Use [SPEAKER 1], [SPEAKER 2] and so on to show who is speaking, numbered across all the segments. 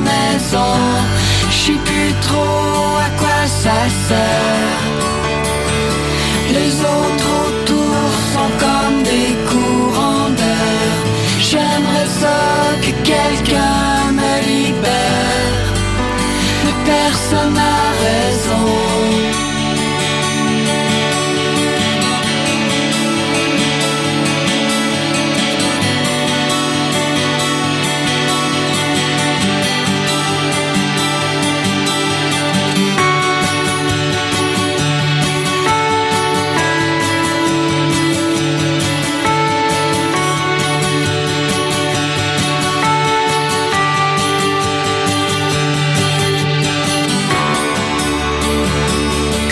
[SPEAKER 1] maison. J'sais plus trop à quoi ça sert. Les autres autour sont comme des courants d'air. J'aimerais ça que quelqu'un me libère. Mais personne n'a raison.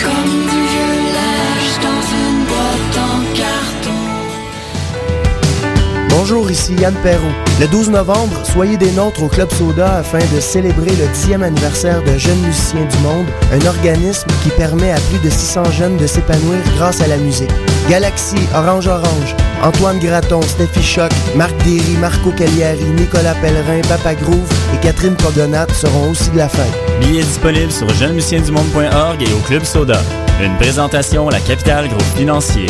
[SPEAKER 1] Comme du vieux linge dans une boîte en carton.
[SPEAKER 2] Bonjour, ici Yann Perrou. Le 12 novembre, soyez des nôtres au Club Soda afin de célébrer le 10e anniversaire de Jeunes Musiciens du Monde, un organisme qui permet à plus de 600 jeunes de s'épanouir grâce à la musique. Galaxy, Orange Orange, Antoine Graton, Steffi Choc, Marc Derry, Marco Cagliari, Nicolas Pellerin, Papa Groove et Catherine Pogonat seront aussi de la fête.
[SPEAKER 3] Billets disponibles sur jeunemusiciendumonde.org et au Club Soda. Une présentation La Capitale Groupe Financier.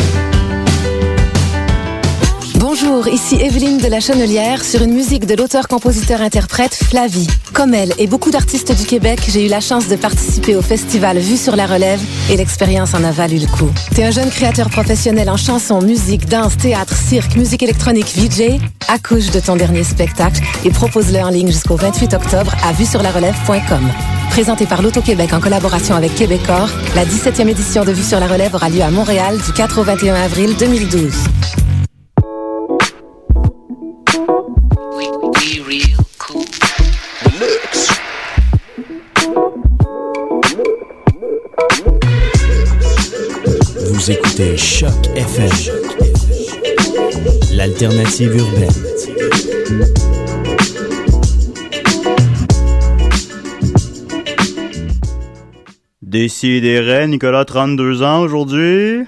[SPEAKER 4] Bonjour, ici Evelyne de la Chenelière sur une musique de l'auteur-compositeur-interprète Flavie. Comme elle et beaucoup d'artistes du Québec, j'ai eu la chance de participer au festival Vue sur la relève et l'expérience en a valu le coup. T'es un jeune créateur professionnel en chanson, musique, danse, théâtre, cirque, musique électronique, VJ Accouche de ton dernier spectacle et propose-le en ligne jusqu'au 28 octobre à vuesurlarelève.com. Présenté par l'Auto-Québec en collaboration avec Québecor, la 17e édition de Vue sur la relève aura lieu à Montréal du 4 au 21 avril 2012.
[SPEAKER 5] Vous écoutez Choc FM, l'alternative urbaine.
[SPEAKER 3] Décidérez, Nicolas, 32 ans aujourd'hui.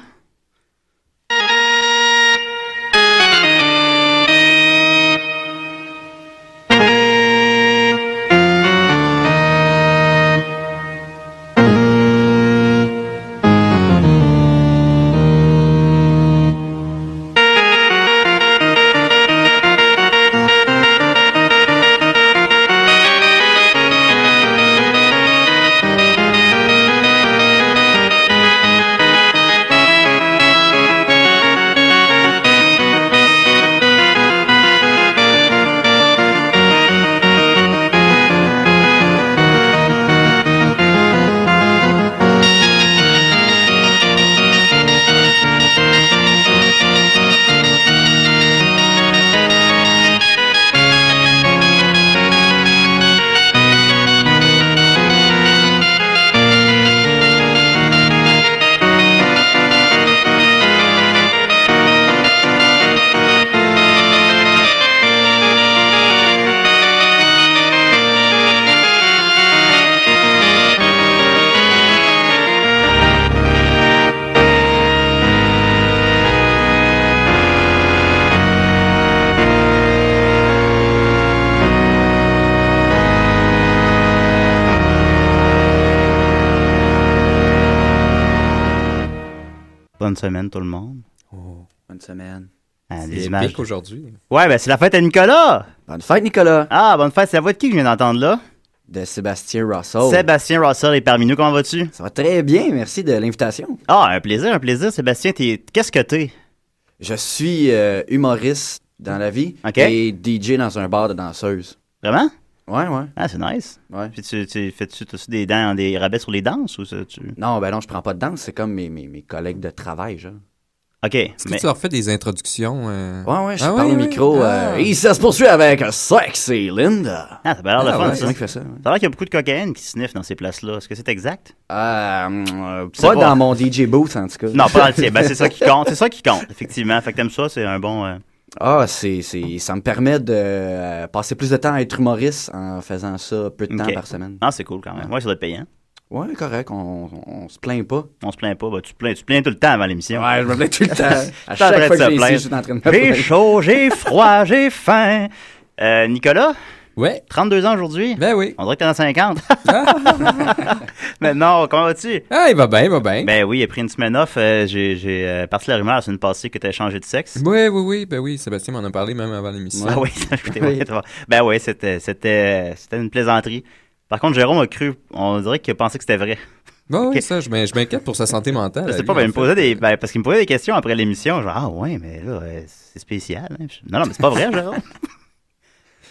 [SPEAKER 3] Bonne semaine, tout le monde.
[SPEAKER 6] Bonne semaine.
[SPEAKER 3] Ah, des
[SPEAKER 6] C'est
[SPEAKER 3] images.
[SPEAKER 6] épique aujourd'hui.
[SPEAKER 3] Ouais, ben c'est la fête à Nicolas!
[SPEAKER 6] Bonne fête, Nicolas.
[SPEAKER 3] Ah, bonne fête, c'est la voix de qui que je viens d'entendre là?
[SPEAKER 6] De Sébastien Russell.
[SPEAKER 3] Sébastien Russell est parmi nous, comment vas-tu?
[SPEAKER 6] Ça va très bien, merci de l'invitation.
[SPEAKER 3] Ah, un plaisir, un plaisir, Sébastien, t'es- qu'est-ce que t'es?
[SPEAKER 6] Je suis euh, humoriste dans la vie
[SPEAKER 3] Ok.
[SPEAKER 6] et DJ dans un bar de danseuse.
[SPEAKER 3] Vraiment?
[SPEAKER 6] Ouais, ouais,
[SPEAKER 3] Ah, c'est nice.
[SPEAKER 6] ouais.
[SPEAKER 3] Puis tu, tu fais-tu t'as-tu des, dents- des rabais sur les danses ou ça? Tu...
[SPEAKER 6] Non, ben non, je prends pas de danse, c'est comme mes, mes, mes collègues de travail, genre.
[SPEAKER 3] Ok,
[SPEAKER 7] Est-ce que
[SPEAKER 3] mais
[SPEAKER 7] tu leur fais des introductions? euh?
[SPEAKER 6] Ouais, ouais, je
[SPEAKER 7] Ah
[SPEAKER 6] parle
[SPEAKER 7] ouais,
[SPEAKER 6] au
[SPEAKER 7] ouais.
[SPEAKER 6] micro.
[SPEAKER 7] Ah.
[SPEAKER 6] euh, et ça se poursuit avec Sexy Linda.
[SPEAKER 3] ah, ça a l'air
[SPEAKER 7] Ah,
[SPEAKER 3] le fun,
[SPEAKER 7] ouais,
[SPEAKER 6] c'est
[SPEAKER 3] ça.
[SPEAKER 6] moi qui fais ça. ouais.
[SPEAKER 3] Ça a l'air qu'il y a beaucoup de cocaïne qui sniff dans ces places-là. Est-ce que c'est exact?
[SPEAKER 6] Euh, euh,
[SPEAKER 3] C'est
[SPEAKER 6] pas
[SPEAKER 3] pas-
[SPEAKER 6] dans mon DJ booth, en tout cas.
[SPEAKER 3] Non, pas dans le tien. Ben, c'est ça qui compte. C'est ça qui compte, effectivement. Fait que t'aimes ça, c'est un bon. euh,
[SPEAKER 6] Ah, c'est, c'est, ça me permet de euh, passer plus de temps à être humoriste en faisant ça peu de temps
[SPEAKER 3] Ok.
[SPEAKER 6] par semaine.
[SPEAKER 3] Non, c'est cool quand même. euh, Ouais, ça doit être payant.
[SPEAKER 6] Ouais, correct, on, on, on se plaint pas.
[SPEAKER 3] On se plaint pas. Ben, tu te plains, tu te plains tout le temps avant l'émission.
[SPEAKER 6] Ouais, je me plains tout le temps. à
[SPEAKER 3] Je suis en train
[SPEAKER 6] chaque
[SPEAKER 3] de
[SPEAKER 6] fois que
[SPEAKER 3] se
[SPEAKER 6] je viens ici, je
[SPEAKER 3] plaindre.
[SPEAKER 6] suis en train de me
[SPEAKER 3] J'ai
[SPEAKER 6] plaindre.
[SPEAKER 3] chaud, j'ai froid, j'ai faim. Euh, Nicolas,
[SPEAKER 7] Ouais.
[SPEAKER 3] 32 ans aujourd'hui?
[SPEAKER 7] Ben oui.
[SPEAKER 3] On dirait que t'es dans 50. Mais non, comment vas-tu?
[SPEAKER 7] Ah, il va bien, il va bien.
[SPEAKER 3] Ben oui, il a pris une semaine off. euh, j'ai j'ai euh, parti la rumeur la semaine passée que t'as changé de sexe.
[SPEAKER 7] Oui, oui, oui, ben oui, Sébastien m'en a parlé même avant l'émission.
[SPEAKER 3] Ah oui, ça, je t'ai- Ben oui, c'était c'était c'était une plaisanterie. Par contre, Jérôme a cru, on dirait qu'il a pensé que c'était vrai.
[SPEAKER 7] Ouais, ouais,
[SPEAKER 3] Ok.
[SPEAKER 7] ça, je m'in- je m'inquiète pour sa santé mentale.
[SPEAKER 3] Je
[SPEAKER 7] à
[SPEAKER 3] sais
[SPEAKER 7] lui,
[SPEAKER 3] pas, ben,
[SPEAKER 7] en
[SPEAKER 3] il me
[SPEAKER 7] fait.
[SPEAKER 3] posait des, ben, parce qu'il me posait des questions après l'émission. Genre, ah ouais, mais là, euh, c'est spécial. hein. Je- Non, non, mais c'est pas vrai, Jérôme.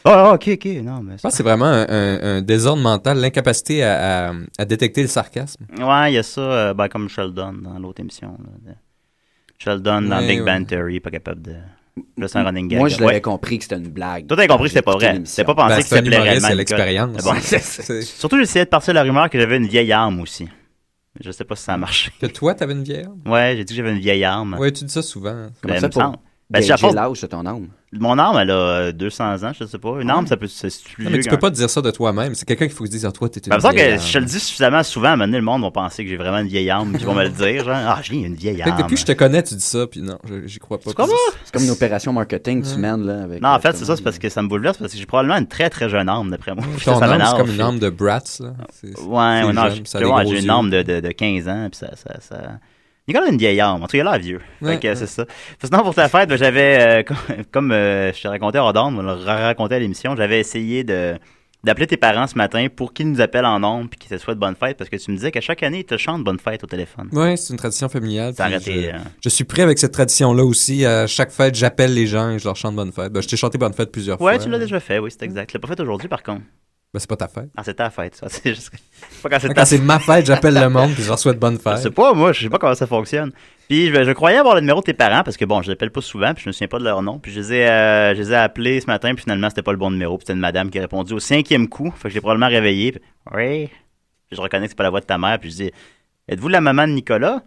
[SPEAKER 3] Ah, ah, ok, ok, non, mais.
[SPEAKER 7] Je pense que c'est vraiment un, un- un désordre mental, l'incapacité à, à- à détecter le sarcasme.
[SPEAKER 3] Ouais, il y a ça, euh, ben, comme Sheldon dans l'autre émission. là, de- Sheldon dans
[SPEAKER 7] Ouais,
[SPEAKER 3] Big
[SPEAKER 7] ouais.
[SPEAKER 3] Bang Theory, pas capable de. Là, c'est un running gag.
[SPEAKER 6] Moi, je
[SPEAKER 3] Ouais.
[SPEAKER 6] l'avais compris que c'était une blague.
[SPEAKER 3] Toi, t'avais compris que c'était pas
[SPEAKER 6] J'ai écouté
[SPEAKER 3] vrai.
[SPEAKER 6] l'émission.
[SPEAKER 3] T'as pas pensé
[SPEAKER 7] Ben,
[SPEAKER 3] que c'était
[SPEAKER 7] humoriste,
[SPEAKER 3] réellement.
[SPEAKER 7] c'est
[SPEAKER 3] Nicolas.
[SPEAKER 7] l'expérience.
[SPEAKER 3] Bon,
[SPEAKER 7] C'est- c'est-
[SPEAKER 3] Surtout, j'essayais de partir la rumeur que j'avais une vieille arme aussi. Je sais pas si ça a marché.
[SPEAKER 7] Que toi, t'avais une vieille arme?
[SPEAKER 3] Ouais, j'ai dit que j'avais une vieille arme.
[SPEAKER 7] Ouais, tu dis ça souvent.
[SPEAKER 6] Comment
[SPEAKER 3] Ben,
[SPEAKER 6] ça
[SPEAKER 3] il me
[SPEAKER 6] pour
[SPEAKER 3] semble. Ben,
[SPEAKER 6] gager
[SPEAKER 3] j'ai la force-
[SPEAKER 6] l'âge de ton âme.
[SPEAKER 3] Mon arme, elle a euh, 200 ans, je sais pas. Une arme, ça peut se
[SPEAKER 7] Non, mais tu
[SPEAKER 3] situer.
[SPEAKER 7] peux pas dire ça de toi-même. C'est quelqu'un qu'il faut se dire, ah, toi, t'es une
[SPEAKER 3] Ben, me semble
[SPEAKER 7] vieille
[SPEAKER 3] que
[SPEAKER 7] arme.
[SPEAKER 3] si je le dis suffisamment souvent, à un moment donné, le monde va penser que j'ai vraiment une vieille arme. Ils vont me le dire, genre, ah, j'ai une vieille
[SPEAKER 7] Fait que
[SPEAKER 3] arme.
[SPEAKER 7] depuis que je te connais, tu dis ça, puis non, je- j'y crois pas.
[SPEAKER 3] C'est comment?
[SPEAKER 6] C'est comme une opération marketing que tu mènes, là. Avec euh,
[SPEAKER 3] Non, en fait, c'est ça, c'est parce que ça me bouleverse, parce que j'ai probablement une très très jeune arme, d'après moi. Ça,
[SPEAKER 7] Ton
[SPEAKER 3] ça
[SPEAKER 7] arme,
[SPEAKER 3] m'énerve.
[SPEAKER 7] c'est comme une arme de Bratz, là. C'est- c'est-
[SPEAKER 3] Ouais,
[SPEAKER 7] c'est
[SPEAKER 3] ouais, non,
[SPEAKER 7] jeune,
[SPEAKER 3] je-
[SPEAKER 7] ça a
[SPEAKER 3] je-
[SPEAKER 7] des
[SPEAKER 3] ouais,
[SPEAKER 7] gros
[SPEAKER 3] j'ai
[SPEAKER 7] yeux.
[SPEAKER 3] une arme de, de, de 15 ans, puis ça, ça, ça... Nicolas a une vieille arme, en tout cas, il a l'air vieux.
[SPEAKER 7] Ouais.
[SPEAKER 3] Fait que c'est ça. Parce que non, pour ta fête, ben, j'avais, euh, comme, comme, euh, je te racontais hors d'onde, on le racontait à l'émission, j'avais essayé de d'appeler tes parents ce matin pour qu'ils nous appellent en nombre puis qu'ils te souhaitent bonne fête, parce que tu me disais qu'à chaque année, ils te chantent bonne fête au téléphone.
[SPEAKER 7] Ouais, c'est une tradition familiale.
[SPEAKER 3] T'as
[SPEAKER 7] puis
[SPEAKER 3] arrêté,
[SPEAKER 7] Je,
[SPEAKER 3] hein.
[SPEAKER 7] je suis prêt avec cette tradition-là aussi. À chaque fête, j'appelle les gens et je leur chante bonne fête. Ben, je t'ai chanté bonne fête plusieurs fois.
[SPEAKER 3] Ouais, tu l'as déjà fait, oui, c'est exact. Tu l'as pas fait aujourd'hui, par contre.
[SPEAKER 7] Ben, c'est pas ta fête.
[SPEAKER 3] Ah, c'est ta fête, ça. C'est juste... que- pas quand c'est
[SPEAKER 7] Quand
[SPEAKER 3] ta
[SPEAKER 7] c'est ma fête, j'appelle le monde puis je leur souhaite bonne
[SPEAKER 3] Je sais
[SPEAKER 7] fête.
[SPEAKER 3] pas, moi, je sais pas comment ça fonctionne. Puis je, je croyais avoir le numéro de tes parents parce que bon, je les appelle pas souvent, puis je me souviens pas de leur nom. Puis je les ai, euh, je les ai appelés ce matin, puis finalement c'était pas le bon numéro. Puis c'était une madame qui a répondu au cinquième coup. Fait que j'ai probablement réveillé. Puis, oui. Puis je reconnais que c'est pas la voix de ta mère. Puis je dis, êtes-vous la maman de Nicolas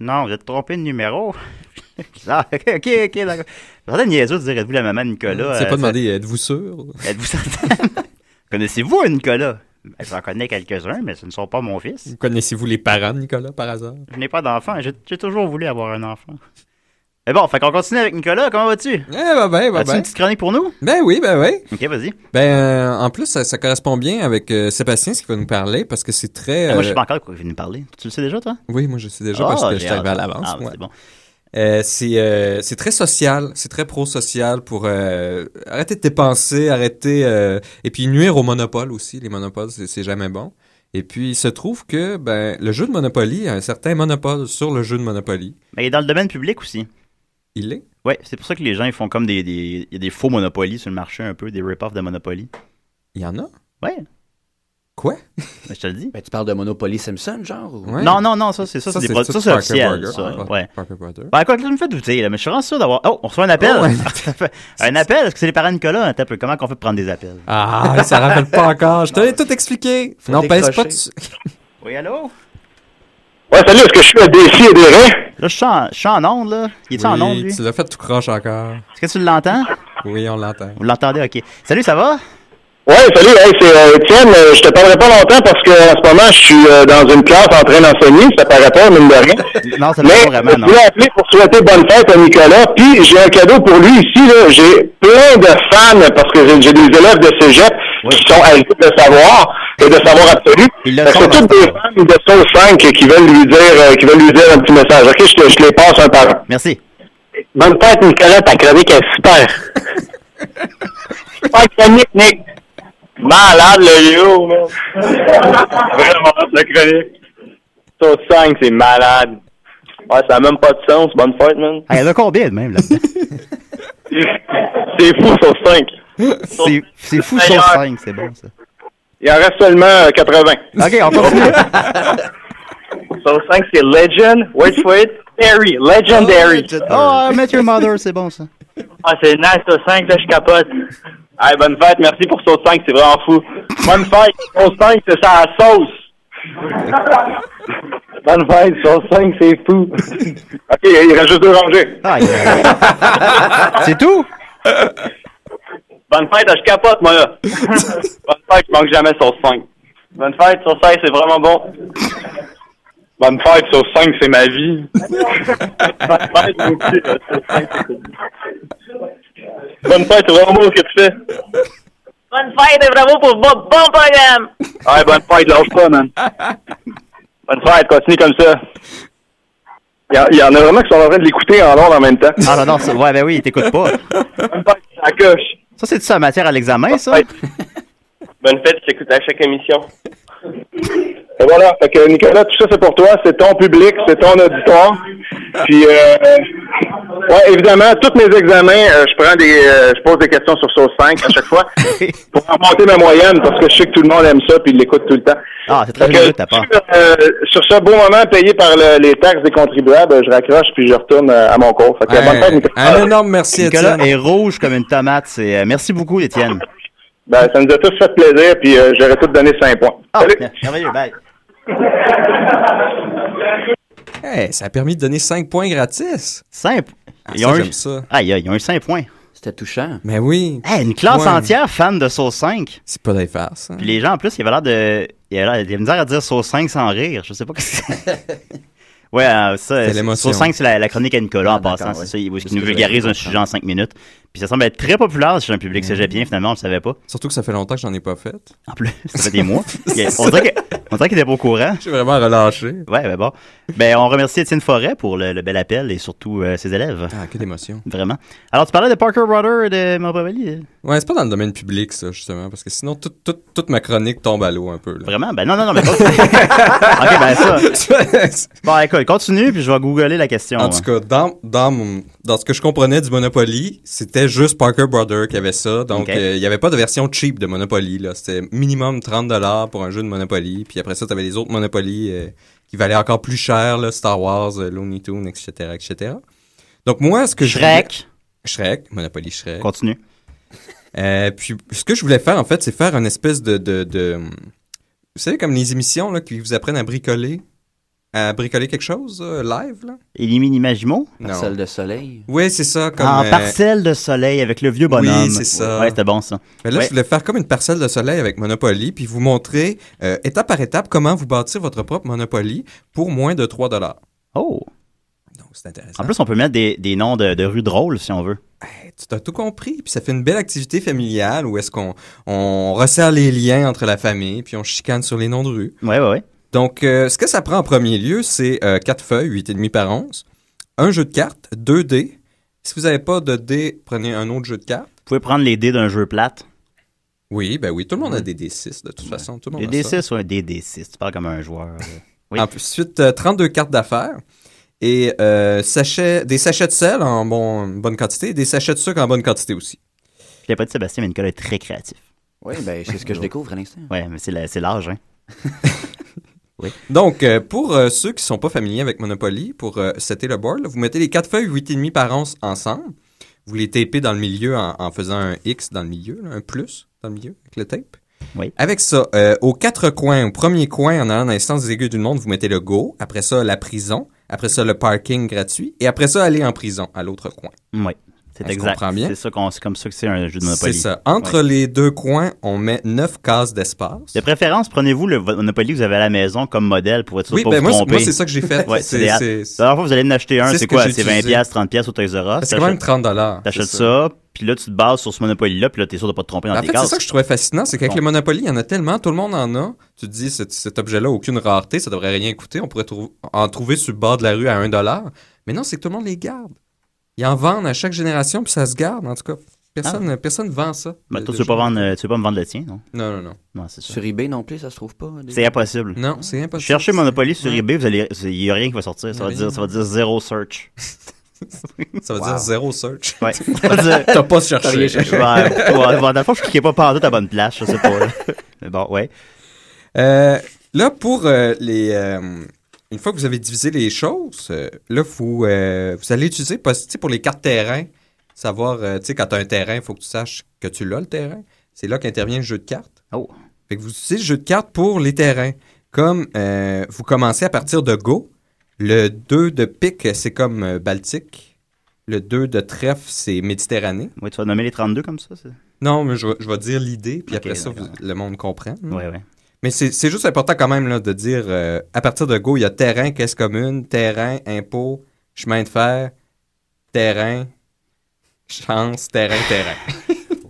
[SPEAKER 3] Non, vous êtes trompé de numéro. ah, ok, ok, ok, d'accord. J'entends niaiseux de dire, êtes-vous la maman de Nicolas
[SPEAKER 7] C'est
[SPEAKER 3] Euh,
[SPEAKER 7] pas demandé, êtes-vous sûr?
[SPEAKER 3] Êtes-vous certaine? Connaissez-vous Nicolas Ben, J'en connais quelques-uns, mais ce ne sont pas mon fils.
[SPEAKER 7] Connaissez-vous les parents de Nicolas par hasard?
[SPEAKER 3] Je n'ai pas d'enfant. J'ai j'ai toujours voulu avoir un enfant. Mais bon, fait qu'on continue avec Nicolas. Comment vas-tu?
[SPEAKER 7] Eh, ben, ben, ben,
[SPEAKER 3] As-tu une
[SPEAKER 7] ben.
[SPEAKER 3] petite chronique pour nous?
[SPEAKER 7] Ben oui, ben oui.
[SPEAKER 3] Ok, vas-y.
[SPEAKER 7] Ben, euh, en plus, ça, ça correspond bien avec euh, Sébastien, ce qu'il va nous parler, parce que c'est très...
[SPEAKER 3] Ah, Moi, je
[SPEAKER 7] euh,
[SPEAKER 3] sais pas encore de quoi il veut nous parler. Tu le sais déjà, toi?
[SPEAKER 7] Oui, moi, je sais déjà,
[SPEAKER 3] Ah,
[SPEAKER 7] parce que
[SPEAKER 3] j'ai
[SPEAKER 7] je suis arrivé à
[SPEAKER 3] hâte.
[SPEAKER 7] l'avance.
[SPEAKER 3] Ah, ben,
[SPEAKER 7] ouais.
[SPEAKER 3] c'est bon.
[SPEAKER 7] Euh, c'est euh, c'est très social, c'est très pro-social pour euh, arrêter de dépenser, arrêter euh, et puis nuire au monopole aussi. Les monopoles, c'est c'est jamais bon. Et puis il se trouve que ben le jeu de Monopoly a un certain monopole sur le jeu de Monopoly.
[SPEAKER 3] Mais il est dans le domaine public aussi.
[SPEAKER 7] Il est.
[SPEAKER 3] Ouais, c'est pour ça que les gens, ils font comme des, des, il y a des faux Monopoly sur le marché un peu, des rip-offs de Monopoly.
[SPEAKER 7] Il y en a.
[SPEAKER 3] Ouais,
[SPEAKER 7] Quoi
[SPEAKER 3] ben, je te le dis.
[SPEAKER 6] Ben, tu parles de Monopoly Simpson, genre? ou-
[SPEAKER 7] Ouais.
[SPEAKER 3] Non, non, non, ça, c'est ça, c'est des produits. Ça, c'est
[SPEAKER 7] Parker hein. Brothers.
[SPEAKER 3] officiel. ça,
[SPEAKER 7] Parker- Ah,
[SPEAKER 3] ouais.
[SPEAKER 7] Parker Brothers.
[SPEAKER 3] Ben, quoi, là, tu me fais douter, là, mais je suis vraiment sûr d'avoir. Oh, on reçoit un appel!
[SPEAKER 7] Oh,
[SPEAKER 3] un appel? Est-ce que c'est les parents de Nicolas? Attends un peu, comment qu'on fait pour prendre des appels?
[SPEAKER 7] Ah, ça rappelle pas encore. Je t'avais tout expliqué.
[SPEAKER 6] Faut
[SPEAKER 7] Non, pèse pas
[SPEAKER 6] décrocher.
[SPEAKER 7] dessus.
[SPEAKER 3] Oui, allô?
[SPEAKER 8] Ouais, salut, est-ce que je suis à DC et des reins?
[SPEAKER 3] Là, je suis en, je suis en onde, là. Il est-tu en onde,
[SPEAKER 7] Oui,
[SPEAKER 3] lui?
[SPEAKER 7] tu l'as fait tout croche encore.
[SPEAKER 3] Est-ce que tu l'entends?
[SPEAKER 7] Oui, on l'entend.
[SPEAKER 3] Vous l'entendez, ok. Salut, ça va?
[SPEAKER 8] Ouais, salut, hey, c'est euh, Étienne. euh, je te parlerai pas longtemps parce que en ce moment, je suis euh, dans une classe en train d'enseigner, ça paraît pas, mine de rien.
[SPEAKER 3] Non, ça ne
[SPEAKER 8] Mais
[SPEAKER 3] pas
[SPEAKER 8] je
[SPEAKER 3] vraiment, non.
[SPEAKER 8] voulais appeler pour souhaiter bonne fête à Nicolas, puis j'ai un cadeau pour lui ici. là. J'ai plein de fans parce que j'ai- j'ai des élèves de cégep
[SPEAKER 3] Oui.
[SPEAKER 8] qui sont agités de savoir et de savoir absolu.
[SPEAKER 3] Ils le
[SPEAKER 8] Fait que
[SPEAKER 3] sont
[SPEAKER 8] C'est
[SPEAKER 3] dans
[SPEAKER 8] toutes des
[SPEAKER 3] ce
[SPEAKER 8] fans de Soul 5 qui veulent lui dire, euh, qui veulent lui dire un petit message. Ok, je, te- je les passe un par un.
[SPEAKER 3] Merci.
[SPEAKER 8] Bonne fête, Nicolas, ta chronique est super. super chronique, Nick. Malade, le yo, man. Vraiment, la chronique. Sur 5, c'est malade. Ouais, ça n'a même pas de sens. Bonne fête, man.
[SPEAKER 3] Ah, il y en a combien de même là-dedans?
[SPEAKER 8] C'est fou, sur 5.
[SPEAKER 3] C'est- C'est fou sur 5, c'est bon ça.
[SPEAKER 8] Il en reste seulement euh, 80.
[SPEAKER 3] Ok, on continue.
[SPEAKER 8] Sur 5, c'est legend. Wait for it. Legendary. Legendary.
[SPEAKER 3] Oh, I met your mother, c'est bon ça.
[SPEAKER 8] Ah, c'est nice, ça 5, là, je capote. Hey, bonne fête, merci pour sauce 5, c'est vraiment fou. Bonne fête, sauce 5, c'est ça la sauce. bonne fête, sauce 5, c'est fou. ok, il reste juste deux rangées.
[SPEAKER 3] Ah, yeah. c'est tout?
[SPEAKER 8] Bonne fête, là, je capote, moi, là. bonne fête, je manque jamais sauce 5. Bonne fête, sauce 5, c'est vraiment bon. Bonne fête, sauce 5, c'est ma vie. bonne fête, moi aussi, là, sauce 5, c'est cool. Bonne fête, c'est vraiment beau ce que tu fais.
[SPEAKER 9] Bonne fête et bravo pour votre bon programme.
[SPEAKER 8] Ouais, bonne fête, lâche pas, man. Bonne fête, continue comme ça. Il y en- il y, en a vraiment qui sont en train de l'écouter en ordre en même temps.
[SPEAKER 3] Ah non, non, ça- ouais, ben oui, t'écoutes pas.
[SPEAKER 8] La coche.
[SPEAKER 3] Ça, c'est-tu sa matière à l'examen, ça?
[SPEAKER 8] Bonne fête, j'écoute à chaque émission. Et voilà, fait que Nicolas, tout ça c'est pour toi, c'est ton public, c'est ton auditoire. Puis, euh, ouais, évidemment, tous mes examens, euh, je prends des, euh, je pose des questions sur Sauce 5 à chaque fois pour remonter ma moyenne parce que je sais que tout le monde aime ça puis il l'écoute tout le temps.
[SPEAKER 3] Ah, c'est très
[SPEAKER 8] Fait que,
[SPEAKER 3] bien de ta part.
[SPEAKER 8] euh, sur ce beau moment payé par le- les taxes des contribuables, je raccroche puis je retourne euh, à mon cours. Fait que, bonne fête,
[SPEAKER 7] Un,
[SPEAKER 8] Nicolas.
[SPEAKER 7] un énorme merci,
[SPEAKER 3] Nicolas
[SPEAKER 7] Étienne.
[SPEAKER 3] est rouge comme une tomate. C'est, euh, merci beaucoup, Étienne.
[SPEAKER 8] Ben, ça nous a tous fait plaisir puis euh, j'aurais tout donné 5 points.
[SPEAKER 3] Ah,
[SPEAKER 8] Salut.
[SPEAKER 3] mer- merveilleux, bye.
[SPEAKER 7] Hey, ça a permis de donner 5 points gratis.
[SPEAKER 3] Simple.
[SPEAKER 7] Ah,
[SPEAKER 3] Ils ont
[SPEAKER 7] ça,
[SPEAKER 3] eu-
[SPEAKER 7] j'aime ça.
[SPEAKER 3] Ah, il y a, ils ont eu 5 points.
[SPEAKER 6] C'était touchant.
[SPEAKER 7] Mais oui,
[SPEAKER 3] Hey, une classe
[SPEAKER 7] Ouais.
[SPEAKER 3] entière fan de Sauce 5.
[SPEAKER 7] c'est pas des farces. hein.
[SPEAKER 3] Puis les gens, en plus, ils avaient l'air de. Ils avaient l'air- ils avaient misère à dire Sauce 5 sans rire. Je sais pas que c'est. Ouais, euh, ça, c'est-
[SPEAKER 7] l'émotion.
[SPEAKER 3] Sauce 5, c'est la, la chronique à Nicolas en
[SPEAKER 6] d'accord,
[SPEAKER 3] passant, c'est
[SPEAKER 6] ouais.
[SPEAKER 3] ça, il- où est-ce
[SPEAKER 6] C'est
[SPEAKER 3] qu'il nous
[SPEAKER 6] ce que
[SPEAKER 3] vulgarise
[SPEAKER 6] j'avais
[SPEAKER 3] un sujet en 5 minutes. Puis ça semble être très populaire chez un public cégepien, finalement, on le savait pas.
[SPEAKER 7] Surtout que ça fait longtemps que j'en ai pas fait.
[SPEAKER 3] En plus, ça fait des mois. Il- On dirait que- on dirait qu'il était pas au courant.
[SPEAKER 7] J'ai vraiment relâché.
[SPEAKER 3] Ouais, ben bon. Ben, on remercie Étienne Forêt pour le, le bel appel et surtout euh, ses élèves.
[SPEAKER 7] Ah, que d'émotion.
[SPEAKER 3] Vraiment. Alors, tu parlais de Parker Rudder et de Montpellier. euh,
[SPEAKER 7] Ouais, c'est pas dans le domaine public, ça, justement, parce que sinon, tout- tout- toute ma chronique tombe à l'eau un peu. Là.
[SPEAKER 3] Vraiment? Ben non, non, non, mais pas. ok, ben ça. Bon, écoute, continue, puis je vais googler la question. hein.
[SPEAKER 7] en tout cas, dans, dans, mon- dans ce que je comprenais du Monopoly, c'était juste Parker Brothers qui avait ça. Donc,
[SPEAKER 3] Ok.
[SPEAKER 7] euh, il y n'y avait pas de version cheap de Monopoly. là. C'était minimum 30 pour un jeu de Monopoly. Puis après ça, tu avais les autres Monopoly euh, qui valaient encore plus cher, là, Star Wars, euh, Looney Tunes, etc., etc. Donc, moi, ce que je voulais-
[SPEAKER 3] Shrek,
[SPEAKER 7] Shrek, Monopoly Shrek.
[SPEAKER 3] continue.
[SPEAKER 7] Euh, puis ce que je voulais faire en fait, c'est faire une espèce de, de, de- vous savez comme les émissions là qui vous apprennent à bricoler, à bricoler quelque chose euh, live là.
[SPEAKER 3] Élimine Imagimo.
[SPEAKER 6] Parcelle de soleil.
[SPEAKER 7] Oui, c'est ça. Comme,
[SPEAKER 3] En
[SPEAKER 7] euh,
[SPEAKER 3] parcelle de soleil avec le vieux bonhomme.
[SPEAKER 7] Oui, c'est ça.
[SPEAKER 3] Ouais, c'était bon, ça.
[SPEAKER 7] ben là,
[SPEAKER 3] ouais.
[SPEAKER 7] je voulais faire comme une parcelle de soleil avec Monopoly, puis vous montrer euh, étape par étape comment vous bâtir votre propre Monopoly pour moins de 3 dollars.
[SPEAKER 3] Oh!
[SPEAKER 7] Donc c'est intéressant.
[SPEAKER 3] En plus, on peut mettre des, des noms de, de rues drôles, si on veut.
[SPEAKER 7] Tu t'as tout compris. Puis ça fait une belle activité familiale où est-ce qu'on on resserre les liens entre la famille, puis on chicane sur les noms de rue.
[SPEAKER 3] Ouais, ouais, ouais.
[SPEAKER 7] Donc, euh, ce que ça prend en premier lieu, c'est 4 feuilles, 8,5 par 11, un jeu de cartes, 2 dés. Si vous n'avez pas de dés, prenez un autre jeu de cartes.
[SPEAKER 3] Vous pouvez prendre les dés d'un jeu plate.
[SPEAKER 7] Oui, ben oui, tout le monde a des D6, de toute façon. Tout le
[SPEAKER 3] Des
[SPEAKER 7] monde a ben ça.
[SPEAKER 3] D6 ou un DD6. Tu parles comme un joueur. euh. Oui.
[SPEAKER 7] Ensuite, euh, 32 cartes d'affaires et euh, sachets, des sachets de sel en bon, bonne quantité et des sachets de sucre en bonne quantité aussi.
[SPEAKER 3] Je l'ai pas dit, Sébastien, mais Nicolas est très créatif.
[SPEAKER 6] Oui, ben, c'est ce que je découvre à l'instant.
[SPEAKER 3] Ouais, mais c'est la- c'est l'âge, hein.
[SPEAKER 7] Donc, euh, pour euh, ceux qui sont pas familiers avec Monopoly, pour euh, setter le board, là, vous mettez les quatre feuilles 8,5 par 11 ensemble. Vous les tapez dans le milieu en, en faisant un X dans le milieu, là, un plus dans le milieu avec le tape.
[SPEAKER 3] Oui.
[SPEAKER 7] Avec ça, euh, aux quatre coins, au premier coin, en allant dans l'instance des aiguilles du monde, vous mettez le go. Après ça, la prison. Après ça, le parking gratuit. Et après ça, aller en prison à l'autre coin.
[SPEAKER 3] Oui, Mm, c'est
[SPEAKER 7] On se
[SPEAKER 3] exact.
[SPEAKER 7] comprend bien.
[SPEAKER 3] C'est ça qu'on- c'est comme ça que c'est un jeu de
[SPEAKER 7] C'est
[SPEAKER 3] Monopoly.
[SPEAKER 7] ça. Entre les deux coins, on met neuf cases d'espace.
[SPEAKER 3] De préférence, prenez-vous le vo- Monopoly que vous avez à la maison comme modèle pour être sûr de
[SPEAKER 7] Oui,
[SPEAKER 3] pas
[SPEAKER 7] ben
[SPEAKER 3] vous
[SPEAKER 7] moi, c'est-
[SPEAKER 3] tromper.
[SPEAKER 7] moi, c'est ça que j'ai fait.
[SPEAKER 3] Ouais, c'est
[SPEAKER 7] c'est,
[SPEAKER 3] idéal.
[SPEAKER 7] c'est,
[SPEAKER 3] La dernière fois, vous allez en acheter un,
[SPEAKER 7] C'est
[SPEAKER 3] c'est
[SPEAKER 7] ce que
[SPEAKER 3] quoi?
[SPEAKER 7] j'ai
[SPEAKER 3] C'est 20$,
[SPEAKER 7] utilisé.
[SPEAKER 3] 30$ au Toys R Us.
[SPEAKER 7] c'est quand même
[SPEAKER 3] T'achètes
[SPEAKER 7] 30 dollars.
[SPEAKER 3] t'achètes ça, puis là, tu te bases sur ce Monopoly-là, puis là, t'es sûr de pas te tromper dans
[SPEAKER 7] Ben, En
[SPEAKER 3] tes
[SPEAKER 7] fait, c'est
[SPEAKER 3] cases.
[SPEAKER 7] ça que je trouvais fascinant, c'est qu'avec
[SPEAKER 3] Bon.
[SPEAKER 7] le Monopoly, il y en a tellement, tout le monde en a. Tu te dis, cet, cet objet-là a aucune rareté, ça devrait rien coûter, on pourrait trou- en trouver sur le bord de la rue à 1 dollar. Mais non, c'est que tout le monde les garde. Ils en vendent à chaque génération, puis ça se garde, en tout cas. Personne ne vend ça.
[SPEAKER 3] Ah. Ben,
[SPEAKER 7] de-
[SPEAKER 3] toi,
[SPEAKER 7] de
[SPEAKER 3] tu veux, pas
[SPEAKER 7] jeu.
[SPEAKER 3] vendre, euh, tu veux pas me vendre le tien, non?
[SPEAKER 7] Non, non, non.
[SPEAKER 3] Non, c'est ça.
[SPEAKER 6] Sur eBay non plus, ça se trouve pas. des-
[SPEAKER 3] C'est impossible.
[SPEAKER 7] Non, c'est impossible.
[SPEAKER 3] Cherchez Monopoly sur
[SPEAKER 7] Ouais.
[SPEAKER 3] eBay, vous allez, il y a rien qui va sortir. Ça va
[SPEAKER 7] Rien.
[SPEAKER 3] dire, ça va dire zéro search.
[SPEAKER 7] Ça veut dire zéro search.
[SPEAKER 3] Ouais. Ça va dire-
[SPEAKER 7] T'as pas cherché.
[SPEAKER 3] Ouais, ouais, ouais, dans le fond, je cliquais pas partout à bonne place, je sais pas. là. Mais bon, ouais.
[SPEAKER 7] Euh, là, pour euh, les. euh, une fois que vous avez divisé les choses, euh, là, vous, euh, vous allez utiliser parce- tu sais, pour les cartes terrain. Savoir, euh, tu sais, quand tu as un terrain, il faut que tu saches que tu l'as, le terrain. C'est là qu'intervient le jeu de cartes.
[SPEAKER 3] Oh.
[SPEAKER 7] Fait que vous utilisez le jeu de cartes pour les terrains. Comme euh, vous commencez à partir de Go, le 2 de pique, c'est comme euh, Baltique. Le 2 de trèfle, c'est Méditerranée.
[SPEAKER 3] Ouais, tu vas nommer les 32 comme ça, c'est...
[SPEAKER 7] Non, mais je, vais- je vais dire l'idée, puis
[SPEAKER 3] Ok,
[SPEAKER 7] après ça, vous-
[SPEAKER 3] d'accord.
[SPEAKER 7] le monde comprend. hein.
[SPEAKER 3] Ouais, ouais.
[SPEAKER 7] Mais c'est c'est juste important quand même là, de dire, euh, à partir de Go, il y a terrain, caisse commune, terrain, impôt, chemin de fer, terrain, chance, terrain, terrain.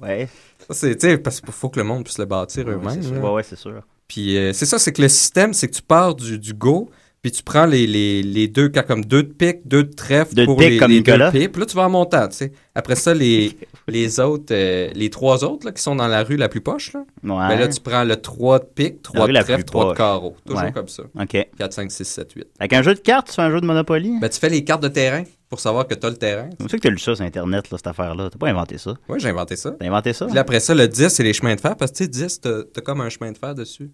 [SPEAKER 3] Ouais.
[SPEAKER 7] Ça, c'est, tu sais, parce qu'il faut que le monde puisse le bâtir eux-mêmes.
[SPEAKER 3] c'est sûr.
[SPEAKER 7] là.
[SPEAKER 3] Ouais, ouais, c'est sûr.
[SPEAKER 7] Puis euh, c'est ça, c'est que le système, c'est que tu pars du, du go, puis tu prends les, les, les deux cartes comme deux de pique, deux de trèfle
[SPEAKER 3] Deux de
[SPEAKER 7] pour
[SPEAKER 3] pique
[SPEAKER 7] les,
[SPEAKER 3] comme
[SPEAKER 7] les
[SPEAKER 3] Nicolas.
[SPEAKER 7] deux piques. Puis là, tu vas en montant, tu sais. Après ça, les, les autres, euh, les trois autres là, qui sont dans la rue la plus poche, là,
[SPEAKER 3] Ouais.
[SPEAKER 7] ben là, tu prends le 3 de pique, 3
[SPEAKER 3] rue
[SPEAKER 7] de
[SPEAKER 3] la
[SPEAKER 7] trèfle,
[SPEAKER 3] plus
[SPEAKER 7] 3 de
[SPEAKER 3] proche.
[SPEAKER 7] carreau. Toujours
[SPEAKER 3] Ouais.
[SPEAKER 7] comme ça.
[SPEAKER 3] OK.
[SPEAKER 7] 4, 5, 6, 7, 8.
[SPEAKER 3] Avec un jeu de cartes, tu fais un jeu de Monopoly?
[SPEAKER 7] Ben, tu fais les cartes de terrain pour savoir que tu as le terrain.
[SPEAKER 3] C'est comme ça que tu as lu ça sur Internet, là, cette affaire-là. T'as pas inventé ça.
[SPEAKER 7] Oui, j'ai inventé ça.
[SPEAKER 3] T'as inventé Ben, ça?
[SPEAKER 7] Puis là, après ça, le 10, c'est les chemins de fer, parce que tu sais, 10, t'as t'as comme un chemin de fer dessus.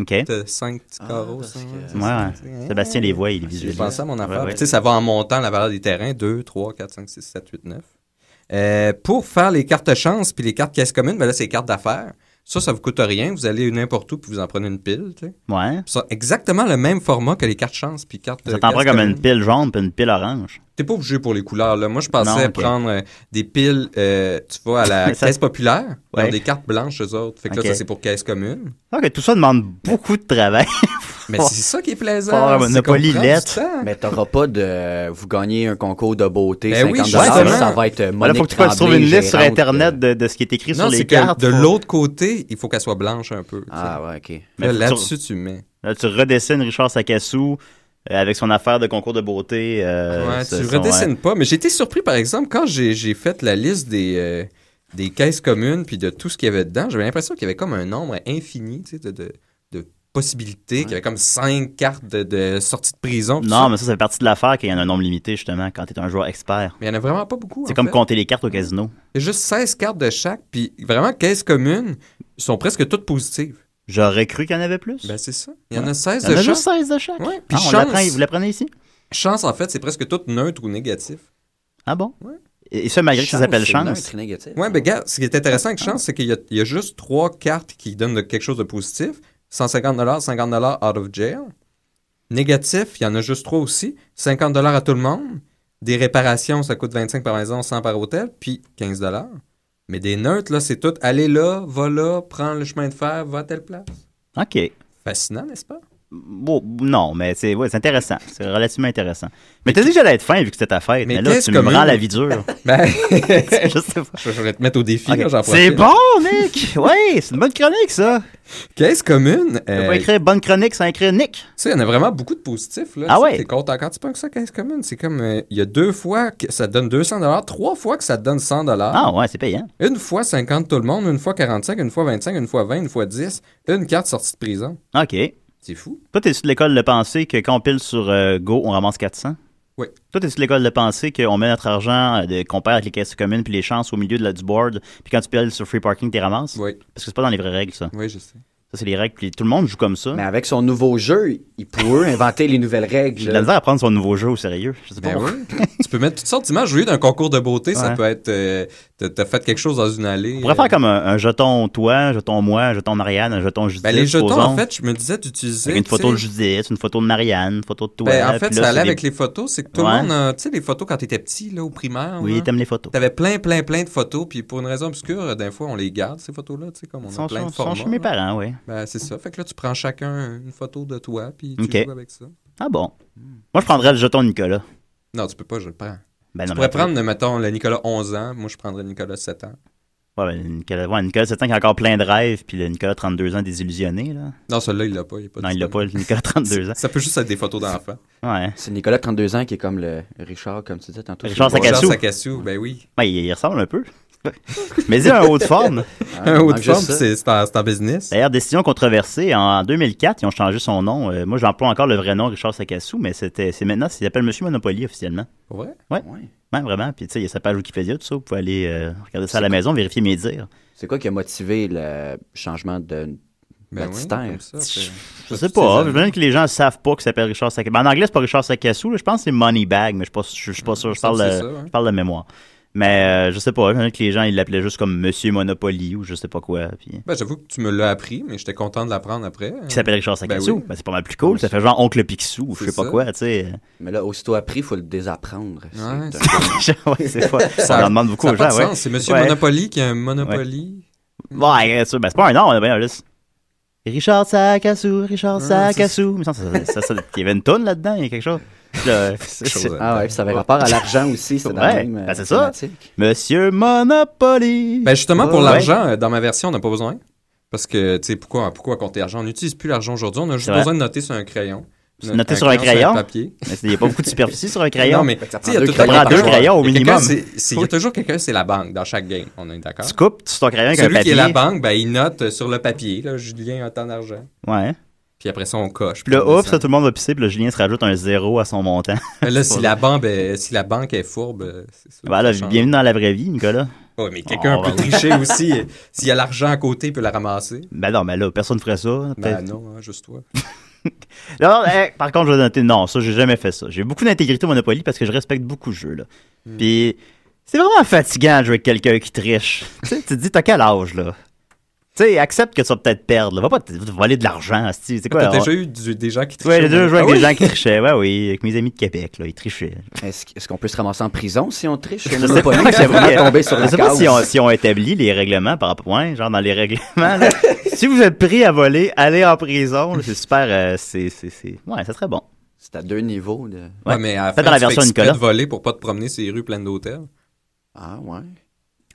[SPEAKER 3] OK.
[SPEAKER 7] T'as 5 petits carreaux. ça, ouais, c'est
[SPEAKER 3] Ouais,
[SPEAKER 7] ça,
[SPEAKER 3] ouais.
[SPEAKER 7] tu sais.
[SPEAKER 3] Sébastien les voit, il les
[SPEAKER 7] J'ai
[SPEAKER 3] visualise.
[SPEAKER 7] pensé à mon affaire.
[SPEAKER 3] Ouais, ouais.
[SPEAKER 7] Puis, tu sais, ça va en montant la valeur des terrains 2, 3, 4, 5, 6, 7, 8, 9. Euh, pour faire les cartes chance puis les cartes caisse commune, ben là, c'est les cartes d'affaires. Ça, ça vous coûte rien. Vous allez n'importe où puis vous en prenez une pile. tu sais.
[SPEAKER 3] Ouais.
[SPEAKER 7] Puis Ça, exactement le même format que les cartes chance puis cartes.
[SPEAKER 3] Ça
[SPEAKER 7] euh,
[SPEAKER 3] t'en prend
[SPEAKER 7] caisse
[SPEAKER 3] comme
[SPEAKER 7] commune.
[SPEAKER 3] une pile jaune puis une pile orange.
[SPEAKER 7] T'es pas obligé pour les couleurs. Là. Moi, je pensais
[SPEAKER 3] Non, ok.
[SPEAKER 7] prendre euh, des piles, euh, tu vois, à la
[SPEAKER 3] Ça-
[SPEAKER 7] caisse populaire, ils ont
[SPEAKER 3] Ouais.
[SPEAKER 7] des cartes blanches eux autres. Fait que
[SPEAKER 3] Ok.
[SPEAKER 7] là, ça, c'est pour caisse commune.
[SPEAKER 3] Donc, Ah, tout ça demande beaucoup de travail.
[SPEAKER 7] Mais
[SPEAKER 3] Ouais.
[SPEAKER 7] c'est ça qui est plaisant.
[SPEAKER 3] Oh. Faut avoir un
[SPEAKER 7] c'est
[SPEAKER 3] Monopoly
[SPEAKER 7] qu'on prend du
[SPEAKER 3] lettre.
[SPEAKER 7] temps.
[SPEAKER 6] Mais Ben, t'auras pas de. Vous gagnez un concours de beauté,
[SPEAKER 7] Ben
[SPEAKER 6] 50
[SPEAKER 7] oui, justement.
[SPEAKER 6] ça va être euh, Monique
[SPEAKER 3] Voilà, Ben faut que tu fasses
[SPEAKER 6] Tremblay,
[SPEAKER 3] trouver une liste sur
[SPEAKER 6] gérante,
[SPEAKER 3] Internet
[SPEAKER 6] euh.
[SPEAKER 3] de, de ce qui est écrit
[SPEAKER 7] Non,
[SPEAKER 3] sur
[SPEAKER 7] c'est
[SPEAKER 3] les
[SPEAKER 7] que
[SPEAKER 3] cartes.
[SPEAKER 7] de
[SPEAKER 3] Faut-
[SPEAKER 7] l'autre côté, il faut qu'elle soit blanche un peu. tu sais.
[SPEAKER 6] Ah ouais, ok.
[SPEAKER 7] Là,
[SPEAKER 3] Mais faut que tu-
[SPEAKER 7] Là-dessus, tu mets.
[SPEAKER 3] Là, tu redessines Richard Sakassou euh, avec son affaire de concours de beauté. euh,
[SPEAKER 7] Ouais,
[SPEAKER 3] ce-
[SPEAKER 7] tu
[SPEAKER 3] son-
[SPEAKER 7] redessines pas, mais j'ai été surpris, par exemple, quand j'ai j'ai fait la liste des, euh, des caisses communes puis de tout ce qu'il y avait dedans, j'avais l'impression qu'il y avait comme un nombre infini tu sais, de, de, de possibilités, qu'il y avait comme cinq cartes de, de sortie de prison. tout
[SPEAKER 3] Non,
[SPEAKER 7] ça.
[SPEAKER 3] mais ça, ça fait partie de l'affaire qu'il y en a un nombre limité, justement, quand t'es un joueur expert.
[SPEAKER 7] Mais il n'y en a vraiment pas beaucoup.
[SPEAKER 3] C'est
[SPEAKER 7] en
[SPEAKER 3] comme
[SPEAKER 7] fait.
[SPEAKER 3] compter les cartes au casino.
[SPEAKER 7] Il y a juste 16 cartes de chaque, puis vraiment, caisses communes sont presque toutes positives.
[SPEAKER 3] J'aurais cru qu'il y en avait plus.
[SPEAKER 7] Ben, c'est ça. Il y en
[SPEAKER 3] Ouais.
[SPEAKER 7] a 16
[SPEAKER 3] Il y en
[SPEAKER 7] de
[SPEAKER 3] a
[SPEAKER 7] chaque.
[SPEAKER 3] juste 16 de chaque.
[SPEAKER 7] Ouais, puis
[SPEAKER 3] Ah, on
[SPEAKER 7] chance.
[SPEAKER 3] l'apprend- vous l'apprenez ici?
[SPEAKER 7] Chance, en fait, c'est presque tout neutre ou négatif.
[SPEAKER 3] Ah bon?
[SPEAKER 7] Ouais.
[SPEAKER 3] Et et ça, malgré que ça
[SPEAKER 6] Chance,
[SPEAKER 3] s'appelle
[SPEAKER 6] c'est
[SPEAKER 3] chance.
[SPEAKER 6] neutre, négatif.
[SPEAKER 7] Ouais, ben, gars, ce qui est intéressant avec Chance, c'est qu'il y, a- il y a juste trois cartes qui donnent de- quelque chose de positif. 150 50 out of jail. Négatif, il y en a juste trois aussi. 50 à tout le monde. Des réparations, ça coûte 25 par maison, 100 par hôtel, puis 15 Mais des neutres, là, c'est tout. Allez là, va là, prends le chemin de fer, va à telle place.
[SPEAKER 3] OK.
[SPEAKER 7] Fascinant, n'est-ce pas?
[SPEAKER 3] Bon, non, mais c'est ouais, c'est intéressant. C'est relativement intéressant. Mais t'as dit que j'allais être fin vu que c'était ta fête.
[SPEAKER 7] Mais
[SPEAKER 3] Mais, là,
[SPEAKER 7] qu'est-ce
[SPEAKER 3] tu me
[SPEAKER 7] que
[SPEAKER 3] rends
[SPEAKER 7] même-
[SPEAKER 3] la vie dure.
[SPEAKER 7] Ben,
[SPEAKER 3] Je sais pas.
[SPEAKER 7] je vais te mettre au défi,
[SPEAKER 3] Ok.
[SPEAKER 7] là, j'en
[SPEAKER 3] C'est
[SPEAKER 7] profite.
[SPEAKER 3] bon, Nick! Oui, c'est une bonne chronique, ça.
[SPEAKER 7] Caisse commune,
[SPEAKER 3] T'as
[SPEAKER 7] euh,
[SPEAKER 3] pas écrit bonne chronique sans écrire Nick.
[SPEAKER 7] Tu sais, il y en a vraiment beaucoup de positifs. Là.
[SPEAKER 3] Ah
[SPEAKER 7] Tu sais,
[SPEAKER 3] ouais?
[SPEAKER 7] T'es content quand tu penses que ça, caisse commune. C'est comme, euh, il y a deux fois que ça te donne 200 trois fois que ça te donne 100
[SPEAKER 3] Ah ouais, c'est payant.
[SPEAKER 7] une fois 50 tout le monde, une fois 45, une fois 25, une fois 20, une fois 10, une carte sortie de prison.
[SPEAKER 3] OK.
[SPEAKER 7] C'est fou.
[SPEAKER 3] Toi, t'es-tu de l'école de pensée que quand on pile sur euh, Go, on ramasse 400?
[SPEAKER 7] Oui.
[SPEAKER 3] Toi, t'es-tu de l'école de pensée qu'on met notre argent, euh, de- qu'on perd avec les caisses communes puis les chances au milieu de la, du board, puis quand tu piles sur Free Parking, t'es ramasses?
[SPEAKER 7] Oui,
[SPEAKER 3] Parce que c'est pas dans les vraies règles, ça.
[SPEAKER 7] oui, je sais.
[SPEAKER 3] Ça, c'est les règles, puis tout le monde joue comme ça.
[SPEAKER 6] Mais
[SPEAKER 7] Ben,
[SPEAKER 6] avec son nouveau jeu, il pourrait inventer les nouvelles
[SPEAKER 3] J'ai de la
[SPEAKER 6] règles.
[SPEAKER 3] misère à prendre son nouveau jeu au sérieux. Je sais pas.
[SPEAKER 7] Ben oui. tu peux mettre toutes sortes d'images. Au lieu d'un concours de beauté, ça
[SPEAKER 3] Ouais.
[SPEAKER 7] peut être, euh, t'as- t'as fait quelque chose dans une allée.
[SPEAKER 3] On pourrait
[SPEAKER 7] euh,
[SPEAKER 3] faire comme un, un jeton toi, un jeton moi, un jeton Marianne, un jeton Judith.
[SPEAKER 7] ben, les jetons,
[SPEAKER 3] supposons.
[SPEAKER 7] en fait, je me disais
[SPEAKER 3] Avec
[SPEAKER 7] d'utiliser.
[SPEAKER 3] une photo de
[SPEAKER 7] tu sais,
[SPEAKER 3] Judith, une photo de Marianne, une photo de toi. euh,
[SPEAKER 7] ben, en fait,
[SPEAKER 3] puis
[SPEAKER 7] ça
[SPEAKER 3] là, c'est
[SPEAKER 7] allait
[SPEAKER 3] des-
[SPEAKER 7] avec les photos. C'est que tout
[SPEAKER 3] Ouais.
[SPEAKER 7] le monde, euh, tu sais, les photos quand t'étais petit, là, au primaire. là.
[SPEAKER 3] Oui, t'aimes les photos.
[SPEAKER 7] T'avais plein, plein, plein de photos, puis pour une raison obscure, euh, des fois, on les garde, ces photos-là, tu sais, comme on
[SPEAKER 3] Ils
[SPEAKER 7] a
[SPEAKER 3] sont,
[SPEAKER 7] plein
[SPEAKER 3] sont-
[SPEAKER 7] de
[SPEAKER 3] sont
[SPEAKER 7] formats.
[SPEAKER 3] chez mes
[SPEAKER 7] là.
[SPEAKER 3] parents, oui.
[SPEAKER 7] Ben, c'est ça. Fait que là, tu prends chacun une photo de toi, puis tu
[SPEAKER 3] Ok.
[SPEAKER 7] joues avec ça.
[SPEAKER 3] Ah bon.
[SPEAKER 7] Hmm.
[SPEAKER 3] Moi, je prendrais le jeton Nicolas.
[SPEAKER 7] Non, tu peux pas, je le prends.
[SPEAKER 3] Ben,
[SPEAKER 7] tu
[SPEAKER 3] non, mais
[SPEAKER 7] pourrais
[SPEAKER 3] attends.
[SPEAKER 7] prendre, mettons, le Nicolas 11 ans, moi, je prendrais le Nicolas 7 ans.
[SPEAKER 3] Ouais, ben, Nicolas, ouais, Nicolas 7 ans qui a encore plein de rêves, puis le Nicolas 32 ans désillusionné. Là.
[SPEAKER 7] Non, celui-là, il l'a pas. Il est pas
[SPEAKER 3] non, il l'a
[SPEAKER 7] disponible.
[SPEAKER 3] pas, le Nicolas 32 ans.
[SPEAKER 7] Ça peut juste être des photos d'enfants.
[SPEAKER 3] Ouais.
[SPEAKER 6] C'est Nicolas, 32 ans, qui est comme le Richard, comme tu disais tantôt.
[SPEAKER 3] Richard
[SPEAKER 6] C'est le
[SPEAKER 3] Sacassou.
[SPEAKER 7] Genre Sacassou, ben oui.
[SPEAKER 3] Ouais, il, il ressemble un peu. Mais il a un haut de forme.
[SPEAKER 6] bonheur.
[SPEAKER 7] Un
[SPEAKER 6] Ah,
[SPEAKER 7] autre
[SPEAKER 6] manque juste
[SPEAKER 7] forme,
[SPEAKER 6] ça.
[SPEAKER 7] c'est c'est en, c'est en business.
[SPEAKER 3] D'ailleurs, décision controversée. En 2004, ils ont changé son nom. Euh, moi, j'emploie encore le vrai nom Richard Sakassou, mais c'était, c'est maintenant, il s'appelle Monsieur Monopoly officiellement.
[SPEAKER 7] Pour vrai?
[SPEAKER 6] Ouais.
[SPEAKER 3] Ouais, vraiment. Puis, tu sais, il y a sa page Wikipédia, tout ça. Vous pouvez aller euh, regarder ça à la maison, vérifier mes dires.
[SPEAKER 6] C'est quoi qui a motivé le changement de.
[SPEAKER 7] Ben oui,
[SPEAKER 6] Baptistère.
[SPEAKER 7] comme ça, fait- fait
[SPEAKER 3] Je sais
[SPEAKER 7] toutes ces
[SPEAKER 3] pas. Je
[SPEAKER 7] années.
[SPEAKER 3] me que les gens ne savent pas que ça s'appelle Richard Sakassou. en anglais, c'est pas Richard Sakassou. là. Je pense que c'est Moneybag, mais je suis pas, je, je suis pas sûr. Je
[SPEAKER 7] Ça,
[SPEAKER 3] parle,
[SPEAKER 7] c'est
[SPEAKER 3] de,
[SPEAKER 7] ça, ouais.
[SPEAKER 3] je parle de mémoire. Mais euh, je sais pas. Je me que les gens, ils l'appelaient juste comme Monsieur Monopoly ou je sais pas quoi. Puis,
[SPEAKER 7] Ben, j'avoue que tu me l'as appris, mais j'étais content de l'apprendre après.
[SPEAKER 3] qui s'appelle Richard Sakassou.
[SPEAKER 7] oui.
[SPEAKER 3] Ben, c'est pas mal plus cool. Ça fait genre Oncle Picsou ou je
[SPEAKER 7] C'est
[SPEAKER 3] sais pas
[SPEAKER 7] ça.
[SPEAKER 3] quoi, tu sais.
[SPEAKER 6] Mais là, aussitôt appris, il faut le désapprendre. C'est
[SPEAKER 7] Ouais,
[SPEAKER 6] un-
[SPEAKER 7] c'est-
[SPEAKER 3] ouais, c'est pas.
[SPEAKER 7] Ça-
[SPEAKER 3] on en demande beaucoup
[SPEAKER 7] ça a
[SPEAKER 3] aux
[SPEAKER 7] pas
[SPEAKER 3] gens,
[SPEAKER 7] de
[SPEAKER 3] ouais.
[SPEAKER 7] sens. C'est Monsieur
[SPEAKER 3] Ouais.
[SPEAKER 7] Monopoly qui a un Monopoly.
[SPEAKER 3] Ouais, c'est sûr. Ben, c'est pas un nom, on a bien la liste. Richard Sakassou, Richard
[SPEAKER 6] Ah,
[SPEAKER 3] Sakassou. Mais ça, ça, ça, ça- il y avait une tonne là-dedans, il y a quelque chose. Là, c'est- c'est-
[SPEAKER 6] Ah ouais, puis ça avait rapport à l'argent aussi, c'est dans la
[SPEAKER 3] Ouais,
[SPEAKER 6] même, euh,
[SPEAKER 3] ben c'est ça.
[SPEAKER 6] thématique.
[SPEAKER 3] Monsieur Monopoly.
[SPEAKER 7] Ben justement, pour
[SPEAKER 3] Ouais.
[SPEAKER 7] l'argent, euh, dans ma version, on n'a pas besoin. Parce que, tu sais, pourquoi, pourquoi compter l'argent? On n'utilise plus l'argent aujourd'hui, on a juste
[SPEAKER 3] C'est vrai.
[SPEAKER 7] besoin de noter sur un crayon.
[SPEAKER 3] C'est noté sur un crayon.
[SPEAKER 7] Sur un papier.
[SPEAKER 3] Mais Il n'y a pas beaucoup de superficie sur un crayon. Ben,
[SPEAKER 7] Non, mais tu
[SPEAKER 3] ça
[SPEAKER 7] sais, il y a
[SPEAKER 3] prend
[SPEAKER 7] tout
[SPEAKER 3] deux
[SPEAKER 7] le temps
[SPEAKER 3] crayons, deux
[SPEAKER 7] quelqu'un-
[SPEAKER 3] crayons au
[SPEAKER 7] il y a quelqu'un,
[SPEAKER 3] minimum.
[SPEAKER 7] c'est- c'est- Il y a toujours quelqu'un, c'est la banque dans chaque game, on est d'accord?
[SPEAKER 3] Tu coupes sur ton crayon avec un
[SPEAKER 7] Celui qui est la
[SPEAKER 3] papier.
[SPEAKER 7] banque, ben, il note euh, sur le papier, là, Julien a tant d'argent.
[SPEAKER 3] Ouais.
[SPEAKER 7] Puis après ça, on coche.
[SPEAKER 3] Puis là,
[SPEAKER 7] on
[SPEAKER 3] ouf, ça,
[SPEAKER 7] descend.
[SPEAKER 3] tout le monde va pisser. Puis là, Julien se rajoute un zéro à son montant.
[SPEAKER 7] Là, si la, banque, est- si la banque est fourbe, euh, c'est ça.
[SPEAKER 3] Voilà,
[SPEAKER 7] ça change.
[SPEAKER 3] Ben, bienvenue Oh, ben dans la vraie vie, Nicolas.
[SPEAKER 7] Ouais, mais quelqu'un
[SPEAKER 3] On
[SPEAKER 7] peut
[SPEAKER 3] va-
[SPEAKER 7] tricher aussi. S'il y a l'argent à côté, il peut la ramasser.
[SPEAKER 3] Ben non, mais là, personne ne ferait ça.
[SPEAKER 7] Ben
[SPEAKER 3] Peut-être-
[SPEAKER 7] non, hein, juste toi.
[SPEAKER 3] Non, eh, par contre, je vais noter, non, ça, j'ai jamais fait ça. J'ai beaucoup d'intégrité au Monopoly parce que je respecte beaucoup le jeu, là.
[SPEAKER 7] Hmm.
[SPEAKER 3] Puis, c'est vraiment fatigant de jouer avec quelqu'un qui triche. tu sais, tu te dis, t'as quel âge, là? Tu sais, accepte que tu vas peut-être perdre, là. Va pas te te voler de l'argent, asti. C'est quoi,
[SPEAKER 7] T'as
[SPEAKER 3] alors?
[SPEAKER 7] déjà eu du- des gens qui trichent.
[SPEAKER 3] Ben, Ouais, j'ai déjà joué avec
[SPEAKER 7] Ah
[SPEAKER 3] des
[SPEAKER 7] oui?
[SPEAKER 3] gens qui trichaient, ouais, oui, avec mes amis de Québec, là, ils trichaient.
[SPEAKER 6] Est-ce est-ce qu'on peut se ramasser en prison si on triche?
[SPEAKER 3] Je sais pas,
[SPEAKER 6] Monopoly, ça pourrait tomber sur
[SPEAKER 3] Euh, je
[SPEAKER 6] la
[SPEAKER 3] sais pas
[SPEAKER 6] case.
[SPEAKER 3] si on, si on établit les règlements par rapport, ouais, genre dans les règlements, là, si vous êtes pris à voler, allez en prison, là, c'est super, euh, c'est, c'est, c'est, ouais, ça serait bon.
[SPEAKER 6] C'est à deux niveaux. De...
[SPEAKER 7] Ouais, mais à la fin,
[SPEAKER 3] Peut-être dans la
[SPEAKER 7] tu fais
[SPEAKER 3] version
[SPEAKER 7] exprès
[SPEAKER 3] Nicolas.
[SPEAKER 7] de voler pour pas te promener sur les rues pleines d'hôtels.
[SPEAKER 6] Ah ouais.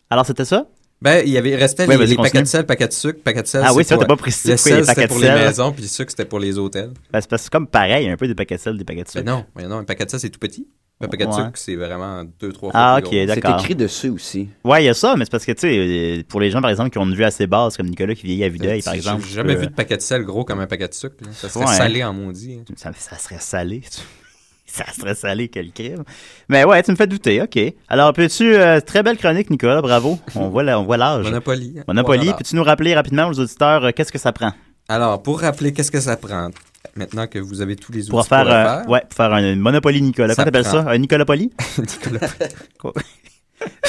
[SPEAKER 3] Alors, c'était ça?
[SPEAKER 7] Ben, il y avait, restait
[SPEAKER 3] Ouais,
[SPEAKER 7] les,
[SPEAKER 3] vas-y,
[SPEAKER 7] les
[SPEAKER 3] continue.
[SPEAKER 7] paquets de sel, paquets de sucre, paquets de sel.
[SPEAKER 3] Ah oui,
[SPEAKER 7] c'est
[SPEAKER 3] ça,
[SPEAKER 7] pour-
[SPEAKER 3] t'as pas précisé
[SPEAKER 7] Le
[SPEAKER 3] pourquoi il y a
[SPEAKER 7] sel,
[SPEAKER 3] des paquets
[SPEAKER 7] c'était
[SPEAKER 3] de
[SPEAKER 7] pour les
[SPEAKER 3] sel.
[SPEAKER 7] maisons, puis le sucre, c'était pour les hôtels.
[SPEAKER 3] Ben, c'est parce que c'est comme pareil, un peu des paquets de sel, des paquets de
[SPEAKER 7] Ben
[SPEAKER 3] sucre.
[SPEAKER 7] non, voyons donc, un paquet de sel, c'est tout petit. Un paquet de
[SPEAKER 3] Ouais.
[SPEAKER 7] sucre, c'est vraiment deux, trois fois
[SPEAKER 3] Ah,
[SPEAKER 7] plus
[SPEAKER 3] ok,
[SPEAKER 7] gros.
[SPEAKER 6] C'est
[SPEAKER 3] d'accord.
[SPEAKER 6] écrit dessus aussi.
[SPEAKER 3] Ouais, il y a ça, mais c'est parce que, tu sais, euh, pour les gens, par exemple, qui ont une vue assez basse, comme Nicolas qui vieillit à vue d'œil, par
[SPEAKER 7] J'ai-
[SPEAKER 3] exemple.
[SPEAKER 7] J'ai jamais
[SPEAKER 3] euh,
[SPEAKER 7] vu de paquet de sel gros comme un paquet de sucre. là. Ça serait
[SPEAKER 3] Ouais.
[SPEAKER 7] salé en maudit. hein.
[SPEAKER 3] Ça, ça serait salé. ça serait salé, quel crime. Mais ouais, tu me fais douter, ok. Alors, peux-tu. euh, très belle chronique, Nicolas, bravo. On voit la- on voit l'âge.
[SPEAKER 7] Monopoly. hein.
[SPEAKER 3] Monopoly,
[SPEAKER 7] Voilà.
[SPEAKER 3] peux-tu nous rappeler rapidement aux auditeurs euh, qu'est-ce que ça prend
[SPEAKER 7] Alors, pour rappeler, qu'est-ce que ça prend maintenant que vous avez tous les outils
[SPEAKER 3] pour faire,
[SPEAKER 7] le
[SPEAKER 3] euh, ouais, pour faire un Monopoly Nicolas.
[SPEAKER 7] Ça
[SPEAKER 3] Comment t'appelles
[SPEAKER 7] prend-
[SPEAKER 3] ça Un Nicolas-poly?
[SPEAKER 7] Nicolas,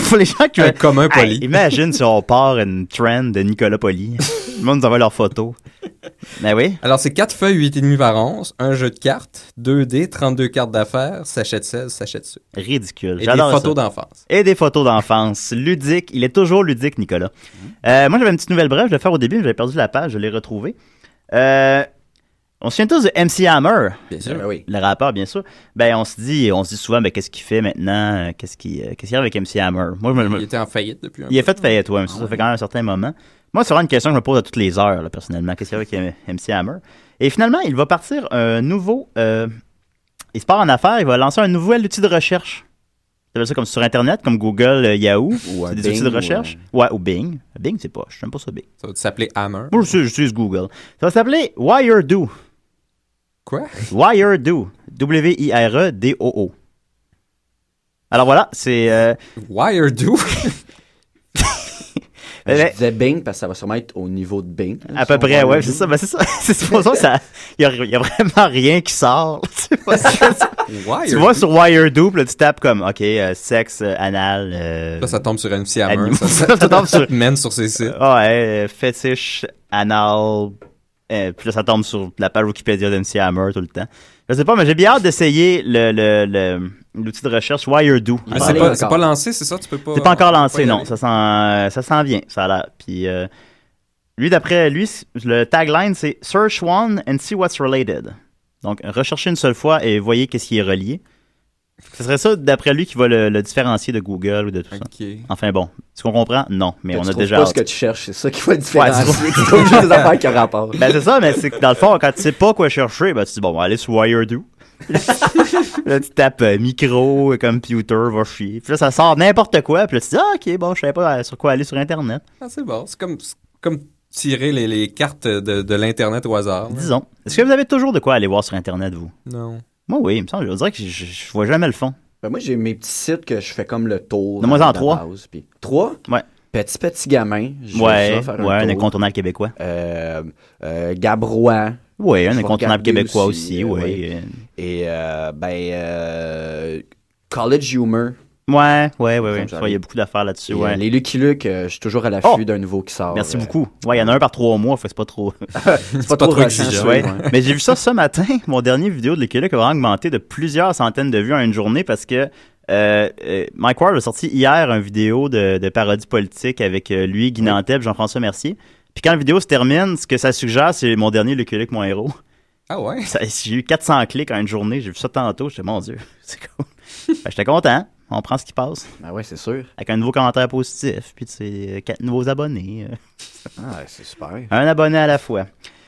[SPEAKER 3] Pour les gens qui
[SPEAKER 7] un commun
[SPEAKER 3] Euh, Hey,
[SPEAKER 7] poli.
[SPEAKER 3] imagine si on part une trend de Nicolas Poli. Le monde nous envoie leurs photos. Ben oui.
[SPEAKER 7] Alors, c'est 4 feuilles, 8,5 par 11, un jeu de cartes, 2 dés, 32 cartes d'affaires, sachet de sel, sachet de sucre.
[SPEAKER 3] Ridicule.
[SPEAKER 7] Et des
[SPEAKER 3] J'adore ça.
[SPEAKER 7] photos d'enfance.
[SPEAKER 3] Et des photos d'enfance. Ludique. Il est toujours ludique, Nicolas.
[SPEAKER 7] Hein?
[SPEAKER 3] Euh, moi, j'avais une petite nouvelle brève. Je vais faire au début, mais j'avais perdu la page. Je l'ai retrouvée. Euh, on se souvient tous de MC Hammer,
[SPEAKER 7] Bien sûr.
[SPEAKER 6] Ben oui.
[SPEAKER 3] le rappeur, bien sûr. Ben, on se dit, on se dit souvent, ben, qu'est-ce qu'il fait maintenant? Euh, Qu'est-ce qu'il, euh, qu'est-ce qu'il y a avec MC Hammer? Moi, je me- je me-
[SPEAKER 7] Il était en faillite depuis un
[SPEAKER 3] il a
[SPEAKER 7] peu.
[SPEAKER 3] fait faillite, ouais, mais ça, ça fait quand même un certain moment. Moi, c'est vraiment une question que je me pose à toutes les heures, là, personnellement. Qu'est-ce qu'il y a avec euh, M- MC Hammer? Et finalement, il va partir un nouveau. euh, il se part en affaires, il va lancer un nouvel outil de recherche. Tu appelles ça comme sur Internet, comme Google, euh, Yahoo.
[SPEAKER 6] Ou un
[SPEAKER 3] C'est des
[SPEAKER 6] Bing,
[SPEAKER 3] outils de
[SPEAKER 6] ou
[SPEAKER 3] recherche. Ouais, ou Bing. Bing, c'est pas. Je n'aime pas ça, Bing.
[SPEAKER 7] Ça va s'appeler Hammer.
[SPEAKER 3] Moi, je- j'utilise Google. Ça va s'appeler WireDo.
[SPEAKER 7] Quoi?
[SPEAKER 3] WireDo. E W-I-R-E-D-O-O. Alors voilà, c'est. euh,
[SPEAKER 7] Wiredo?
[SPEAKER 3] euh,
[SPEAKER 6] Je disais Bing parce que ça va sûrement être au niveau de Bing.
[SPEAKER 3] À peu près, ouais, c'est ça. Ben, c'est ça. C'est pour ça que ça. Il n'y a, vraiment rien qui sort. Tu vois,
[SPEAKER 7] Wiredo?
[SPEAKER 3] tu vois sur Wiredo, puis là, tu tapes comme, OK, euh, sexe, euh, anal. euh,
[SPEAKER 7] Là, ça tombe sur MC Hammer.
[SPEAKER 3] animaux.
[SPEAKER 7] Ça, ça,
[SPEAKER 3] Ça tombe sur-
[SPEAKER 7] te mène sur ses sites.
[SPEAKER 3] Ah, ouais, euh, fétiche, anal. euh, puis là, ça tombe sur la page Wikipédia d'MC Hammer tout le temps. Je sais pas, mais j'ai bien hâte d'essayer le- le- le- l'outil de recherche Wiredo.
[SPEAKER 6] Mais
[SPEAKER 7] Mais
[SPEAKER 3] Alors,
[SPEAKER 7] Ah, c'est
[SPEAKER 6] Allez,
[SPEAKER 7] pas, c'est
[SPEAKER 6] encore.
[SPEAKER 7] pas lancé, c'est ça? Tu peux pas.
[SPEAKER 3] C'est pas encore
[SPEAKER 7] on peut
[SPEAKER 3] lancé,
[SPEAKER 7] y
[SPEAKER 3] non.
[SPEAKER 7] aller.
[SPEAKER 3] Ça sent, euh, ça sent bien, ça a l'air. Puis, euh, lui, d'après lui, c- le tagline, c'est Search one and see what's related. Donc, recherchez une seule fois et voyez qu'est-ce qui est relié. Ce serait ça, d'après lui, qui va le, le différencier de Google ou de tout ça.
[SPEAKER 7] Ok.
[SPEAKER 3] Enfin bon, est-ce qu'on comprend? Non, mais on a déjà.
[SPEAKER 6] pas
[SPEAKER 3] hâte.
[SPEAKER 6] ce que tu cherches, c'est ça qui va te
[SPEAKER 3] Ouais,
[SPEAKER 6] différencier.
[SPEAKER 3] c'est
[SPEAKER 6] tu trouves juste des affaires qui ont rapport.
[SPEAKER 3] Ben, c'est ça, mais c'est que dans le fond, quand tu sais pas quoi chercher, ben, tu dis, bon, on va aller sur Wiredo. là, tu tapes euh, micro, euh, computer, va chier. Puis là, ça sort n'importe quoi. Puis là, tu dis, ah, ok, bon, je savais pas euh, sur quoi aller sur Internet.
[SPEAKER 7] Ah, c'est bon. C'est comme, c'est comme tirer les, les cartes de, de l'Internet au hasard. là.
[SPEAKER 3] Disons. Est-ce que vous avez toujours de quoi aller voir sur Internet, vous?
[SPEAKER 7] Non.
[SPEAKER 3] Moi, oui, il me semble. Je dirais que je, je- je vois jamais le fond.
[SPEAKER 6] Ben, moi, j'ai mes petits sites que je fais comme le tour.
[SPEAKER 3] Donne-moi-en
[SPEAKER 6] à la
[SPEAKER 3] trois.
[SPEAKER 6] base, puis- Trois?
[SPEAKER 3] Ouais.
[SPEAKER 6] Petit petit gamin. j'aime
[SPEAKER 3] Ouais,
[SPEAKER 6] ça, faire
[SPEAKER 3] ouais, un
[SPEAKER 6] tour.
[SPEAKER 3] incontournable québécois.
[SPEAKER 6] Euh, euh, Gabrois.
[SPEAKER 3] Ouais,
[SPEAKER 6] Je
[SPEAKER 3] un
[SPEAKER 6] vais
[SPEAKER 3] incontournable
[SPEAKER 6] regarder
[SPEAKER 3] québécois aussi,
[SPEAKER 6] aussi,
[SPEAKER 3] ouais.
[SPEAKER 6] ouais.
[SPEAKER 3] euh,
[SPEAKER 6] Et euh, ben, euh, College Humor.
[SPEAKER 3] Ouais, ouais, ouais, ouais.
[SPEAKER 6] me
[SPEAKER 3] Je
[SPEAKER 6] semble
[SPEAKER 3] vois, Il y a beaucoup d'affaires là-dessus,
[SPEAKER 6] Et,
[SPEAKER 3] ouais.
[SPEAKER 6] euh, les Lucky Luke, euh, je suis toujours à l'affût
[SPEAKER 3] Oh!
[SPEAKER 6] d'un nouveau qui sort.
[SPEAKER 3] Merci
[SPEAKER 6] euh,
[SPEAKER 3] beaucoup. Ouais, il y en a un par trois mois, fait que c'est pas trop.
[SPEAKER 6] C'est pas, trop,
[SPEAKER 7] trop
[SPEAKER 6] exigeant.
[SPEAKER 7] exigeant.
[SPEAKER 3] Ah, Ouais. Mais j'ai vu ça ce matin. Mon dernier vidéo de Lucky Luke a vraiment augmenté de plusieurs centaines de vues en une journée parce que euh, euh, Mike Ward a sorti hier une vidéo de, de parodie politique avec euh, lui, Guy Nantel, Jean-François Mercier. Puis quand la vidéo se termine, ce que ça suggère, c'est mon dernier Lucky Luke, mon héros.
[SPEAKER 7] Ah ouais?
[SPEAKER 3] J'ai eu 400 clics en une journée. J'ai vu ça tantôt. J'étais, mon Dieu, c'est cool. Fait que J'étais content. On prend ce qui passe.
[SPEAKER 6] Ah ouais, c'est sûr.
[SPEAKER 3] Avec un nouveau commentaire positif. Puis, tu sais, euh, quatre nouveaux abonnés. euh.
[SPEAKER 6] Ah, c'est super.
[SPEAKER 3] Un abonné à la fois.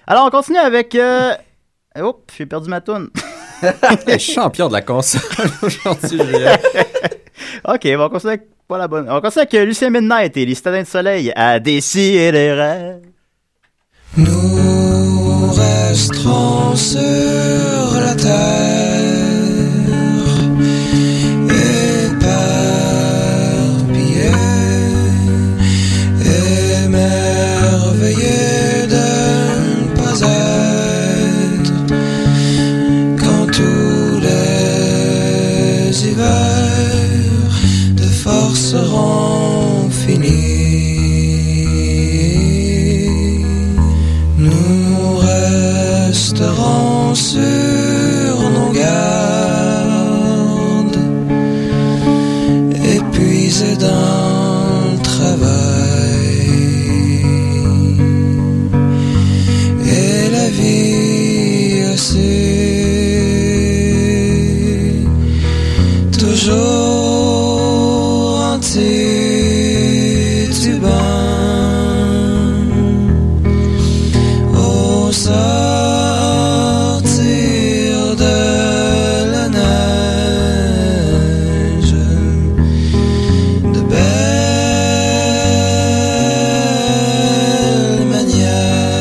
[SPEAKER 3] Alors, on continue avec. Euh... Oups, j'ai perdu ma toune.
[SPEAKER 7] champion de la console aujourd'hui, Julien.
[SPEAKER 3] ok, on va continuer avec. Pas la bonne. On va continuer avec euh, Lucien Midnight et les citadins du soleil à Décideret.
[SPEAKER 10] Nous resterons sur la terre éparpillés, émerveillés de ne pas être quand tous les hivers de force seront finis. Nous resterons sur nos gardes, épuisés dans le travail. Et la vie aussi, toujours en titubant au sortir de la neige, de belle manière.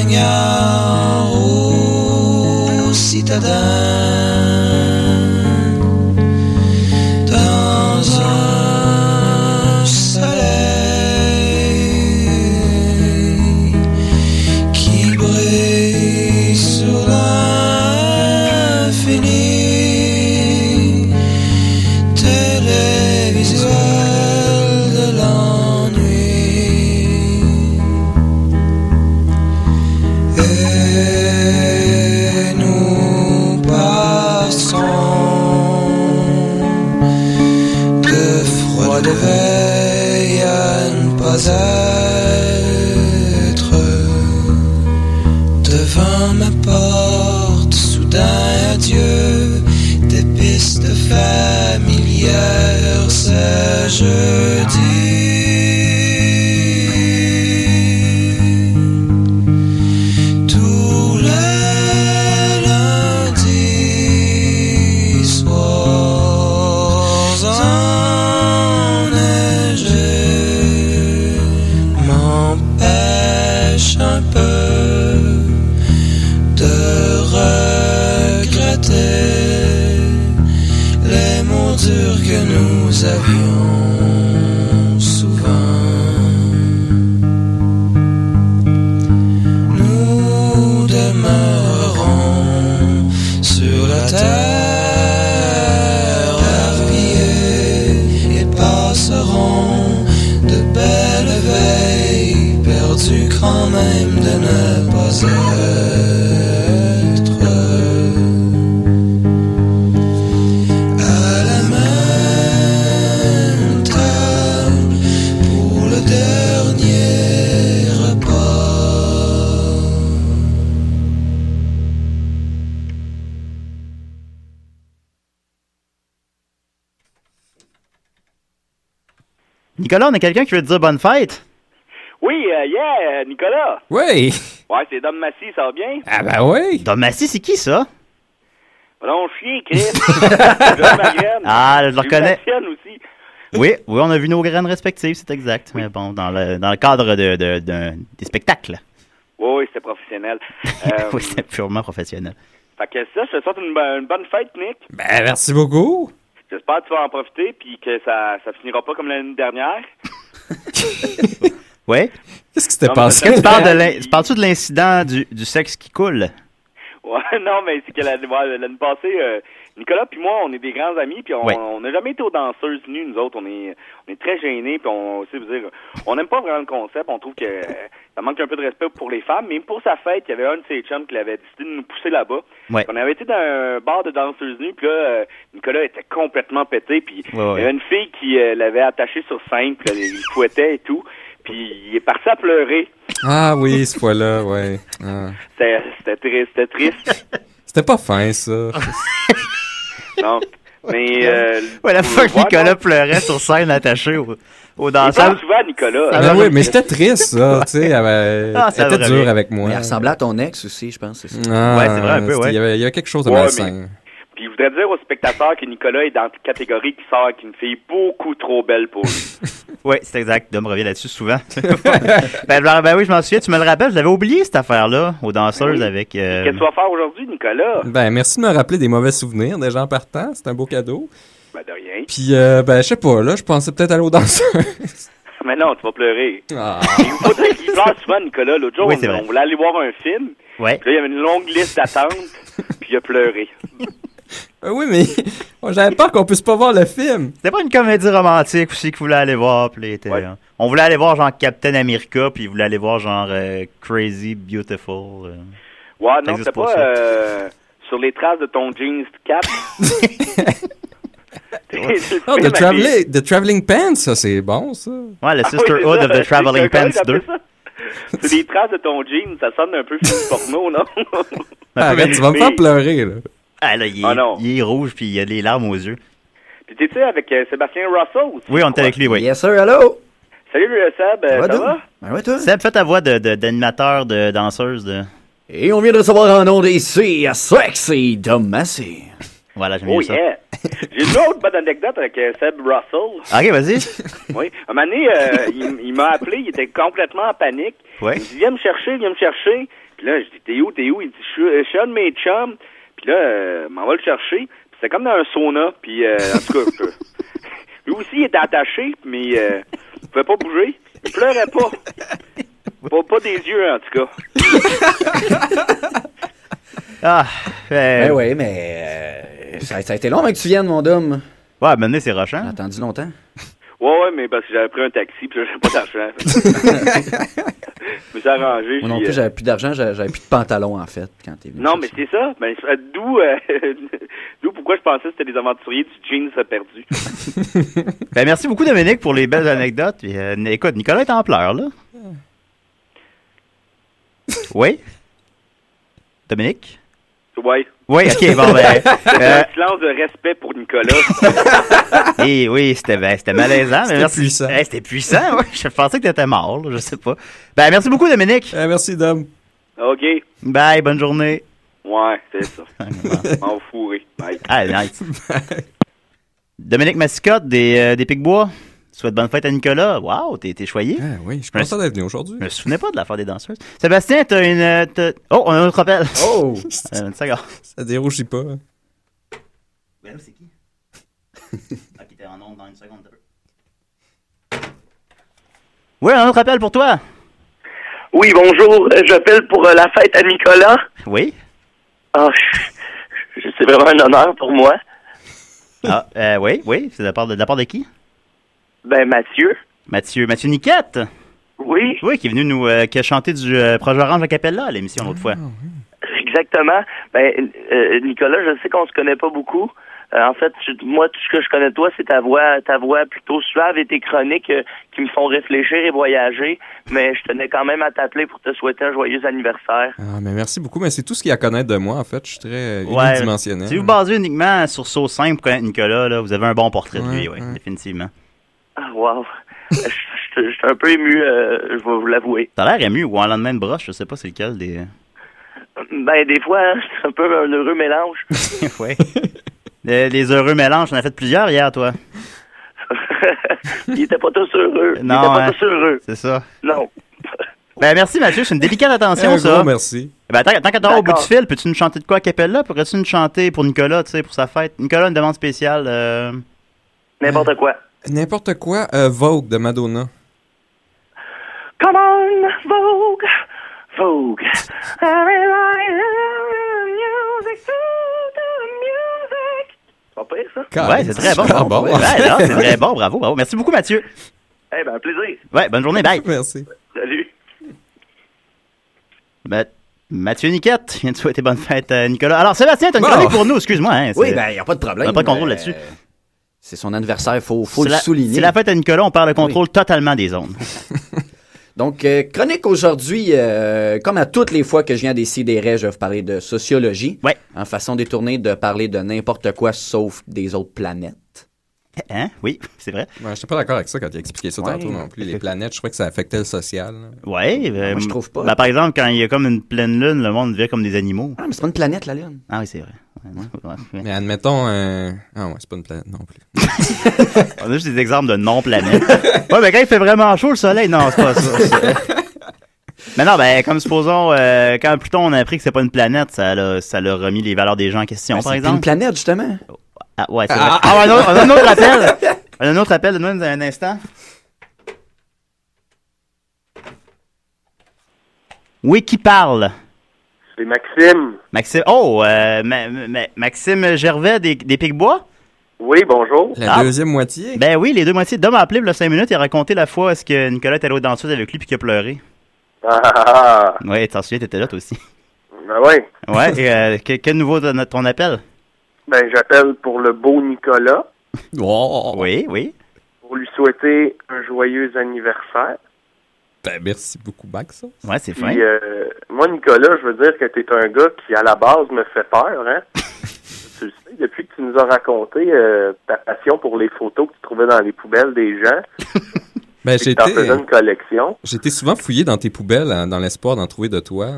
[SPEAKER 10] campagnard ou citadin dans un soleil qui brille sur l'infini télévisuel de l'ennui et nous passerons de froid de veille à ne pas être devant ma porte. Soudain, adieu des pistes familières. C'est jeudi. Tous les lundis soirs enneigés m'empêchent un peu de regretter les mots durs que nous avions souvent. Nous demeurerons sur la terre éparpillés et passerons de belles veilles perdues quand même de ne pas être. À la même table pour le dernier repas.
[SPEAKER 3] Nicolas, on a quelqu'un qui veut te dire bonne fête?
[SPEAKER 11] Oui, euh, yeah, euh, Nicolas.
[SPEAKER 7] Oui.
[SPEAKER 11] Ouais, c'est Dom Massy, ça va bien?
[SPEAKER 7] Ah ben oui.
[SPEAKER 3] Dom Massy, c'est qui ça?
[SPEAKER 11] Non, chien, Chris. John Marianne.
[SPEAKER 3] Ah, je le reconnais.
[SPEAKER 11] Euh, J'ai eu la sienne aussi.
[SPEAKER 3] Oui, oui, on a vu nos graines respectives, c'est exact. Mais bon, dans le, dans le cadre de, de- d'un- des spectacles.
[SPEAKER 11] Oui, oui, c'était professionnel. Euh,
[SPEAKER 3] oui, c'est purement professionnel.
[SPEAKER 11] Fait que ça, je te souhaite une, bo- une bonne fête, Nick.
[SPEAKER 7] Ben merci beaucoup.
[SPEAKER 11] J'espère que tu vas en profiter puis que ça, ça finira pas comme l'année dernière.
[SPEAKER 3] Ouais.
[SPEAKER 7] Qu'est-ce qui
[SPEAKER 11] s'était Non, mais passé? c'est-
[SPEAKER 3] Tu parles de l'in- tu parles-tu de l'incident du, du sexe qui coule?
[SPEAKER 11] Ouais, non, mais c'est que la- ouais, l'année passée, euh, Nicolas puis moi, on est des grands amis, puis on
[SPEAKER 3] Ouais.
[SPEAKER 11] on n'a jamais été aux danseuses nues, nous autres. On est, on est très gênés, puis on sait vous dire, on n'aime pas vraiment le concept. On trouve que euh, ça manque un peu de respect pour les femmes. Mais pour sa fête, il y avait un de ses chums qui l'avait décidé de nous pousser là-bas.
[SPEAKER 3] Ouais.
[SPEAKER 11] On avait été dans un bar de danseuses nues, puis là, euh, Nicolas était complètement pété, puis
[SPEAKER 3] Ouais, ouais.
[SPEAKER 11] il y avait une fille qui euh, l'avait attaché sur scène, puis là, il le fouettait et tout. Puis il est parti à pleurer.
[SPEAKER 7] Ah oui, ce fois-là, ouais. Ah.
[SPEAKER 11] C'était c'était triste, c'était triste. Ah,
[SPEAKER 7] C'était pas fin, ça.
[SPEAKER 11] Non. Mais. Euh,
[SPEAKER 3] Ouais, la
[SPEAKER 11] vous
[SPEAKER 3] fois
[SPEAKER 11] le
[SPEAKER 3] que
[SPEAKER 11] voir,
[SPEAKER 3] Nicolas pleurait sur scène attaché au, au
[SPEAKER 11] Il
[SPEAKER 3] danseur.
[SPEAKER 11] parle souvent à Nicolas.
[SPEAKER 7] Ah, oui, mais j'étais triste, ça. Tu sais, elle, avait-
[SPEAKER 3] Ah, ça
[SPEAKER 7] elle était
[SPEAKER 3] va
[SPEAKER 7] dure
[SPEAKER 3] bien.
[SPEAKER 7] avec moi.
[SPEAKER 6] Mais elle ressemblait à ton ex aussi, je pense. c'est ça.
[SPEAKER 7] Ah,
[SPEAKER 3] Ouais, c'est vrai, un peu,
[SPEAKER 7] c'était-
[SPEAKER 3] ouais.
[SPEAKER 7] Il y avait, il y avait quelque chose de
[SPEAKER 11] Ouais,
[SPEAKER 7] malsain.
[SPEAKER 11] mais- Puis je voudrais dire aux spectateurs que Nicolas est dans la catégorie qui sort avec une fille beaucoup trop belle pour lui.
[SPEAKER 3] Oui, c'est exact. Dom revient là-dessus souvent. ben, ben, ben oui, je m'en souviens. Tu me le rappelles, je l'avais oublié cette affaire-là aux danseuses
[SPEAKER 11] Ben Oui.
[SPEAKER 3] avec. euh,
[SPEAKER 11] Qu'est-ce que tu vas faire aujourd'hui, Nicolas?
[SPEAKER 7] Ben, merci de me rappeler des mauvais souvenirs des gens partants. C'est un beau cadeau.
[SPEAKER 11] Ben de rien.
[SPEAKER 7] Puis, euh, ben, je sais pas, là, je pensais peut-être aller aux danseurs.
[SPEAKER 11] Mais non, tu vas pleurer.
[SPEAKER 7] Ah.
[SPEAKER 11] Il faut dire qu'il pleure souvent, Nicolas. L'autre jour,
[SPEAKER 3] Oui, c'est
[SPEAKER 11] on,
[SPEAKER 3] vrai.
[SPEAKER 11] on voulait aller voir un film.
[SPEAKER 3] Ouais.
[SPEAKER 11] Puis là, il y avait une longue liste d'attente. puis il a pleuré.
[SPEAKER 7] Euh, oui, mais oh, j'avais peur qu'on puisse pas voir le film.
[SPEAKER 3] C'était pas une comédie romantique aussi qu'il voulait aller voir. Puis là, il était,
[SPEAKER 11] Ouais.
[SPEAKER 3] euh, On voulait aller voir genre Captain America, puis il voulait aller voir genre euh, Crazy Beautiful. euh.
[SPEAKER 11] Ouais,
[SPEAKER 3] Ça
[SPEAKER 11] non,
[SPEAKER 3] existe
[SPEAKER 11] c'était
[SPEAKER 3] pas,
[SPEAKER 11] pas
[SPEAKER 3] ça.
[SPEAKER 11] euh, sur les traces de ton jeans cap.
[SPEAKER 3] Oh,
[SPEAKER 7] Ah, The, Traveling- The Traveling Pants, ça, c'est bon, ça.
[SPEAKER 3] Ouais, le
[SPEAKER 11] Ah oui,
[SPEAKER 3] Sisterhood
[SPEAKER 11] c'est
[SPEAKER 3] of
[SPEAKER 11] ça.
[SPEAKER 3] the Traveling
[SPEAKER 11] Comment ils
[SPEAKER 3] Pants 2.
[SPEAKER 11] appellent ça? C'est des traces de ton jean, ça sonne un peu film porno, non?
[SPEAKER 7] Arrête, tu vas me faire
[SPEAKER 11] Mais-
[SPEAKER 7] pleurer, là.
[SPEAKER 3] Ah là, il est,
[SPEAKER 11] Ah non.
[SPEAKER 3] il est rouge, puis il a des larmes aux yeux.
[SPEAKER 11] Puis t'étais avec euh, Sébastien Russell aussi.
[SPEAKER 3] Oui, on était avec lui, oui.
[SPEAKER 6] Yes, sir, hello!
[SPEAKER 11] Salut euh, Seb, euh,
[SPEAKER 6] Ouais,
[SPEAKER 11] ça
[SPEAKER 6] donc.
[SPEAKER 11] va?
[SPEAKER 6] Ben ouais, toi?
[SPEAKER 3] Seb, fais ta voix de- de- d'animateur, de, danseuse. De...
[SPEAKER 6] Et on vient de recevoir un nom d'ici à Sexy Dom Massey.
[SPEAKER 3] Voilà, j'aime
[SPEAKER 11] Oh
[SPEAKER 3] bien
[SPEAKER 11] yeah! J'ai une autre bonne anecdote avec euh, Seb Russell.
[SPEAKER 3] ça. Ok, vas-y.
[SPEAKER 11] Oui. Un moment donné, euh, il, il m'a appelé, il était complètement en panique.
[SPEAKER 3] Ouais.
[SPEAKER 11] Il me dit, viens me chercher, viens me chercher. Puis là, je dis, t'es où, t'es où? Il dit, je suis- euh, je suis un de mes chums. Puis là, euh, m'en va le chercher. Puis c'était comme dans un sauna. Puis euh, en tout cas, euh, lui aussi, il était attaché, mais euh, il pouvait pas bouger. Il pleurait pas. Pas, pas des yeux, en tout cas.
[SPEAKER 3] Ah, euh,
[SPEAKER 6] Ben ouais, mais euh, ça, ça a été long avant que tu viennes, mon Dom.
[SPEAKER 3] Ouais, maintenant c'est
[SPEAKER 6] J'ai
[SPEAKER 3] rochant.
[SPEAKER 6] attendu longtemps.
[SPEAKER 11] Ouais, ouais, mais parce que j'avais pris un taxi, puis là, j'avais pas d'argent. je me suis arrangé.
[SPEAKER 6] Moi non
[SPEAKER 11] puis,
[SPEAKER 6] plus,
[SPEAKER 11] euh,
[SPEAKER 6] j'avais plus d'argent, j'avais j'avais plus de pantalon, en fait, quand t'es venu.
[SPEAKER 11] Non, mais c'est ça. Ben, c'est- euh, d'où, euh, d'où pourquoi je pensais que c'était des aventuriers du jeans perdu.
[SPEAKER 3] Ben, merci beaucoup, Dominique, pour les belles anecdotes. Puis, euh, écoute, Nicolas est en pleurs, là. Oui? Dominique?
[SPEAKER 11] Ouais.
[SPEAKER 3] Oui, ok, bon, ben.
[SPEAKER 11] C'est
[SPEAKER 3] euh,
[SPEAKER 11] un silence de respect pour Nicolas.
[SPEAKER 3] eh oui, c'était ben, c'était malaisant. mais
[SPEAKER 7] C'était
[SPEAKER 3] merci.
[SPEAKER 7] puissant.
[SPEAKER 3] Eh, c'était puissant, ouais. Je pensais que t'étais mort, là, je sais pas. Ben, merci beaucoup, Dominique.
[SPEAKER 7] Eh, merci, Dom.
[SPEAKER 11] OK.
[SPEAKER 3] Bye, bonne journée.
[SPEAKER 11] Ouais, c'est ça. M'en fourré. Bye.
[SPEAKER 3] Ah, nice. Dominique Massicotte des, euh, des Picbois. Souhaite bonne fête à Nicolas. Wow, t'es t'es choyé.
[SPEAKER 7] Ah oui, je suis
[SPEAKER 3] Mais-
[SPEAKER 7] content d'être venu aujourd'hui.
[SPEAKER 3] Je me souvenais pas de l'affaire des danseuses. Sébastien, t'as une. euh, t'as- Oh, on a un autre appel.
[SPEAKER 6] Oh!
[SPEAKER 3] Euh, une seconde.
[SPEAKER 7] Ça dérougit pas.
[SPEAKER 3] Ben là, c'est qui? ah, qui était en onde dans une seconde. Oui, un autre appel pour toi.
[SPEAKER 9] Oui, bonjour. euh, J'appelle pour euh, la fête à Nicolas.
[SPEAKER 3] Oui.
[SPEAKER 9] Ah, je- je- c'est vraiment un honneur pour moi.
[SPEAKER 3] Ah, euh, oui, oui. C'est de la part de, de la part de qui?
[SPEAKER 9] Ben, Mathieu.
[SPEAKER 3] Mathieu, Mathieu Niquette.
[SPEAKER 9] Oui,
[SPEAKER 3] Oui, qui est venu nous euh, qui a chanté du euh, projet Orange à Capella à l'émission l'autre fois.
[SPEAKER 9] exactement. Ben, euh, Nicolas, je sais qu'on se connaît pas beaucoup. Euh, en fait, tu- moi, tout ce que je connais de toi, c'est ta voix, ta voix plutôt suave et tes chroniques euh, qui me font réfléchir et voyager. Mais je tenais quand même à t'appeler pour te souhaiter un joyeux anniversaire.
[SPEAKER 7] Ah, mais merci beaucoup. Mais c'est tout ce qu'il y a à connaître de moi, en fait. Je suis très euh,
[SPEAKER 3] Ouais.
[SPEAKER 7] unidimensionnel.
[SPEAKER 3] Si vous basez uniquement sur Saut 5 pour connaître Nicolas, là, vous avez un bon portrait de lui,
[SPEAKER 7] Ouais,
[SPEAKER 3] oui,
[SPEAKER 7] ouais.
[SPEAKER 3] définitivement.
[SPEAKER 9] Ah, wow. Je- Je je suis un peu ému, euh, je vais vous l'avouer.
[SPEAKER 3] T'as l'air ému ou en lendemain de broche, je sais pas c'est lequel des.
[SPEAKER 9] Ben, des fois, c'est un peu un heureux mélange.
[SPEAKER 3] ouais. Les, les heureux mélanges, on a fait plusieurs hier, toi.
[SPEAKER 9] Ils étaient pas tous heureux. Ils étaient
[SPEAKER 3] Non,
[SPEAKER 9] pas
[SPEAKER 3] hein.
[SPEAKER 9] tous heureux.
[SPEAKER 3] C'est ça.
[SPEAKER 9] Non.
[SPEAKER 3] Ben merci Mathieu, c'est une délicate
[SPEAKER 7] Eh,
[SPEAKER 3] attention
[SPEAKER 7] un
[SPEAKER 3] ça.
[SPEAKER 7] gros merci.
[SPEAKER 3] Ben tant, tant qu'à t'avoir au bout
[SPEAKER 9] D'accord.
[SPEAKER 3] du fil, peux-tu nous chanter de quoi à Capella? Pourrais-tu nous chanter pour Nicolas, tu sais, pour sa fête? Nicolas, une demande spéciale. euh,
[SPEAKER 9] N'importe quoi.
[SPEAKER 7] N'importe quoi, euh, Vogue de Madonna.
[SPEAKER 1] in vogue, vogue. Everybody love the music, to the music. Pas pire, ça?
[SPEAKER 3] Ouais, c'est très bon.
[SPEAKER 1] Ah bon.
[SPEAKER 3] Ouais, non, c'est très bon, bravo, bravo. Merci beaucoup, Mathieu.
[SPEAKER 1] Eh ben, plaisir.
[SPEAKER 3] Ouais, bonne journée, bye.
[SPEAKER 7] Merci.
[SPEAKER 1] Salut.
[SPEAKER 3] Ma- Mathieu Niquette, je viens de souhaiter bonne fête à Nicolas. Alors, Sébastien, t'as une
[SPEAKER 6] Bon.
[SPEAKER 3] chronique pour nous, excuse-moi. hein,
[SPEAKER 6] Oui,
[SPEAKER 3] c'est-
[SPEAKER 6] ben, y a pas de problème,
[SPEAKER 3] On n'a pas de contrôle
[SPEAKER 6] mais- euh,
[SPEAKER 3] là-dessus.
[SPEAKER 6] C'est son anniversaire, il faut, faut
[SPEAKER 3] C'est
[SPEAKER 6] le
[SPEAKER 3] la-
[SPEAKER 6] souligner.
[SPEAKER 3] C'est la fête à Nicolas, on perd le contrôle totalement des ondes.
[SPEAKER 6] Donc, euh, chronique aujourd'hui, euh, comme à toutes les fois que je viens décider, je vais vous parler de sociologie. En façon détournée de parler de n'importe quoi sauf des autres planètes.
[SPEAKER 3] Hein? Oui, c'est vrai.
[SPEAKER 7] Ouais, j'étais pas d'accord avec ça quand il a expliqué ça tantôt non plus. Les planètes, je crois que ça affectait le social.
[SPEAKER 6] Ah,
[SPEAKER 3] Ouais, euh,
[SPEAKER 7] Moi, je trouve pas.
[SPEAKER 3] ben, par exemple, quand il y a comme une pleine lune, le monde vit comme des animaux.
[SPEAKER 6] Ah, mais c'est pas une planète, la Lune.
[SPEAKER 3] Ah oui, c'est vrai. Ouais, ouais, ouais.
[SPEAKER 7] Mais admettons. euh, Ah ouais, c'est pas une planète non plus.
[SPEAKER 3] On a juste des exemples de non-planètes. ouais, mais quand il fait vraiment chaud, le soleil, non, c'est pas ça. c'est- mais non, ben, comme supposons, euh, quand Pluton, on a appris que c'est pas une planète, ça l'a, ça l'a remis les valeurs des gens en question,
[SPEAKER 6] Ben,
[SPEAKER 3] par
[SPEAKER 6] c'est
[SPEAKER 3] exemple.
[SPEAKER 6] une planète, justement.
[SPEAKER 3] Ah, ouais, c'est vrai.
[SPEAKER 6] Ah.
[SPEAKER 3] Ah, ouais, on, a, on a un autre appel. On a un autre appel, donne-nous un instant. Oui, qui parle?
[SPEAKER 12] C'est Maxime.
[SPEAKER 3] Maxime. Oh, euh, Ma- Ma- Maxime Gervais des, des Picbois?
[SPEAKER 12] Oui, bonjour.
[SPEAKER 7] La
[SPEAKER 3] Ah.
[SPEAKER 7] deuxième moitié.
[SPEAKER 3] Ben oui, les deux moitiés. Dom a appelé il y a cinq minutes et a raconté la fois où est-ce que Nicolas était allé aux danseuses avec lui puis qu'il a pleuré.
[SPEAKER 12] Ah, ah, ah.
[SPEAKER 3] Ouais, t'en souviens, t'étais là toi aussi.
[SPEAKER 12] Ben oui.
[SPEAKER 3] Ouais, et, euh, que, que nouveau de notre- ton appel?
[SPEAKER 12] Ben, j'appelle pour le beau Nicolas,
[SPEAKER 7] Oh,
[SPEAKER 3] Oui, oui.
[SPEAKER 12] pour lui souhaiter un joyeux anniversaire.
[SPEAKER 7] Ben, merci beaucoup, Max.
[SPEAKER 3] Ouais, c'est
[SPEAKER 12] Puis, euh, moi, Nicolas, je veux dire que t'es un gars qui, à la base, me fait peur, hein. tu le sais, depuis que tu nous as raconté euh, ta passion pour les photos que tu trouvais dans les poubelles des gens,
[SPEAKER 7] Ben,
[SPEAKER 12] et
[SPEAKER 7] j'ai
[SPEAKER 12] que t'en
[SPEAKER 7] été-
[SPEAKER 12] faisais une collection,
[SPEAKER 7] J'ai été souvent fouillé dans tes poubelles hein, dans l'espoir d'en trouver de toi.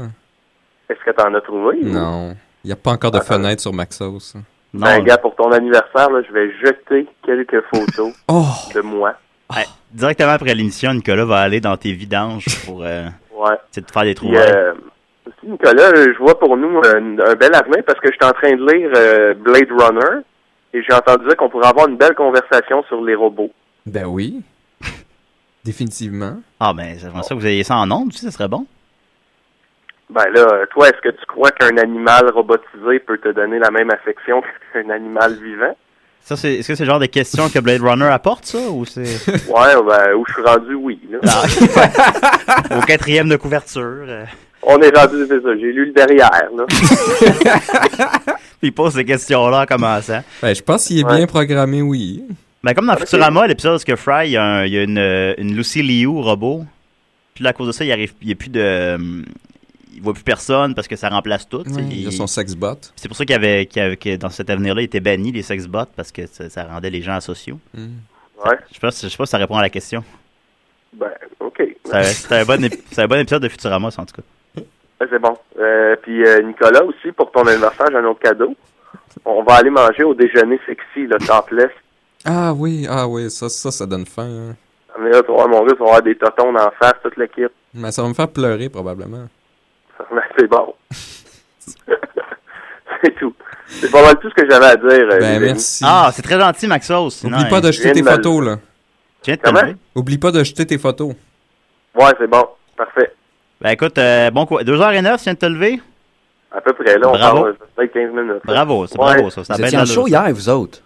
[SPEAKER 12] est-ce que t'en as trouvé?
[SPEAKER 8] Hmm.
[SPEAKER 12] ou-
[SPEAKER 7] Non. Il n'y a pas encore de fenêtre sur Maxos.
[SPEAKER 12] Ben, gars, pour ton anniversaire, là, je vais jeter quelques photos
[SPEAKER 8] Oh!
[SPEAKER 12] de moi.
[SPEAKER 3] Ouais, directement après l'émission, Nicolas va aller dans tes vidanges pour euh,
[SPEAKER 12] Ouais.
[SPEAKER 3] essayer de faire des
[SPEAKER 12] Puis,
[SPEAKER 3] trouvailles.
[SPEAKER 12] euh, aussi, Nicolas, euh, je vois pour nous un, un bel avenir parce que je suis en train de lire euh, Blade Runner et j'ai entendu dire qu'on pourrait avoir une belle conversation sur les robots.
[SPEAKER 7] Ben oui. Définitivement.
[SPEAKER 3] Ah, ben, j'aimerais ça que vous ayez ça en ondes aussi, ça serait bon.
[SPEAKER 12] Ben là, euh, toi, est-ce que tu crois qu'un animal robotisé peut te donner la même affection qu'un animal vivant?
[SPEAKER 3] Ça, c'est, est-ce que c'est le genre de questions que Blade Runner apporte, ça, ou c'est
[SPEAKER 12] Ouais, ben, où je suis rendu, oui. là.
[SPEAKER 3] au quatrième de couverture? euh,
[SPEAKER 12] On est rendu, c'est ça, j'ai lu le derrière, là.
[SPEAKER 3] il pose ces questions-là en commençant.
[SPEAKER 7] Ben, je pense qu'il est bien programmé, oui.
[SPEAKER 3] Ben, comme dans Futurama, l'épisode où est-ce que Fry, il y a, un- il y a une, euh, une Lucy Liu robot. Puis là, à cause de ça, il arrive, il y a plus de... euh, Il voit plus personne parce que ça remplace tout.
[SPEAKER 7] Ouais, il y a son sexbot.
[SPEAKER 3] C'est pour ça qu'il y avait, qu'il y avait- que dans cet avenir-là, il était banni, les sexbots, parce que ça, ça rendait les gens asociaux.
[SPEAKER 7] Hmm.
[SPEAKER 12] Ouais.
[SPEAKER 3] Je pense, je sais pas si ça répond à la question.
[SPEAKER 12] Ben, OK.
[SPEAKER 3] Ça- C'était un, bon ép- c'était un bon épisode de Futurama, ça, en tout cas.
[SPEAKER 12] Ben, c'est bon. Euh, puis euh, Nicolas aussi, pour ton anniversaire, j'ai un autre cadeau. On va aller manger au déjeuner sexy, le topless.
[SPEAKER 7] Ah oui, ah oui, ça, ça, ça donne faim. hein.
[SPEAKER 12] Mais là, tu vas voir, mon gars, tu vas avoir des totons d'en face, toute l'équipe.
[SPEAKER 7] Mais ça va me faire pleurer, probablement.
[SPEAKER 12] Ben, c'est bon. c'est tout. C'est pas mal tout ce que j'avais à dire.
[SPEAKER 7] Ben,
[SPEAKER 8] Ben
[SPEAKER 12] euh, les amis.
[SPEAKER 3] Ah, c'est très gentil, Maxos.
[SPEAKER 7] Oublie pas de jeter tes photos, là.
[SPEAKER 3] Tiens,
[SPEAKER 12] Comment? t'enlever.
[SPEAKER 7] Oublie pas de jeter tes photos.
[SPEAKER 12] Ouais, c'est bon. Parfait.
[SPEAKER 3] Ben écoute, euh, bon quoi. 2h09, tu viens de te lever?
[SPEAKER 12] À peu près, là, on
[SPEAKER 3] Bravo.
[SPEAKER 12] parle de peut-être 15 minutes. là.
[SPEAKER 3] Bravo, c'est
[SPEAKER 12] Ouais.
[SPEAKER 3] bravo, ça. Ça
[SPEAKER 6] Vous
[SPEAKER 3] s'appelle
[SPEAKER 6] étiez en
[SPEAKER 3] la-
[SPEAKER 6] show hier, vous autres.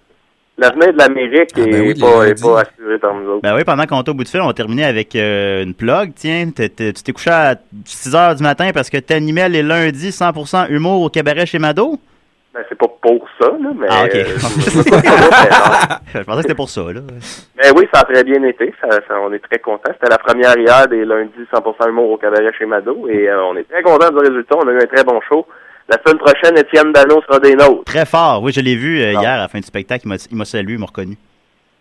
[SPEAKER 12] L'avenir de l'Amérique
[SPEAKER 3] Ah, ben
[SPEAKER 12] est,
[SPEAKER 3] oui, les
[SPEAKER 12] pas,
[SPEAKER 3] lundis.
[SPEAKER 12] est pas assuré par nous autres.
[SPEAKER 3] Ben oui, pendant qu'on est au bout de fil, on va terminer avec euh, une plug. Tiens, t'es- t'es- tu t'es couché à 6h du matin parce que t'animais les lundis 100% humour au cabaret chez Mado?
[SPEAKER 12] Ben, c'est pas pour ça, là, mais...
[SPEAKER 3] Ah, ok.
[SPEAKER 12] euh, je veux pas dire ça, mais non.
[SPEAKER 3] Je pensais que c'était pour ça, là.
[SPEAKER 12] Mais oui, ça a très bien été. Ça, ça- on est très contents. C'était la première hier des lundis 100% humour au cabaret chez Mado. Et euh, on est très contents du résultat. On a eu un très bon show. La semaine prochaine, Étienne Dano sera des nôtres.
[SPEAKER 3] Très fort. Oui, je l'ai vu euh, hier à la fin du spectacle. Il m'a- Il m'a salué, il m'a reconnu.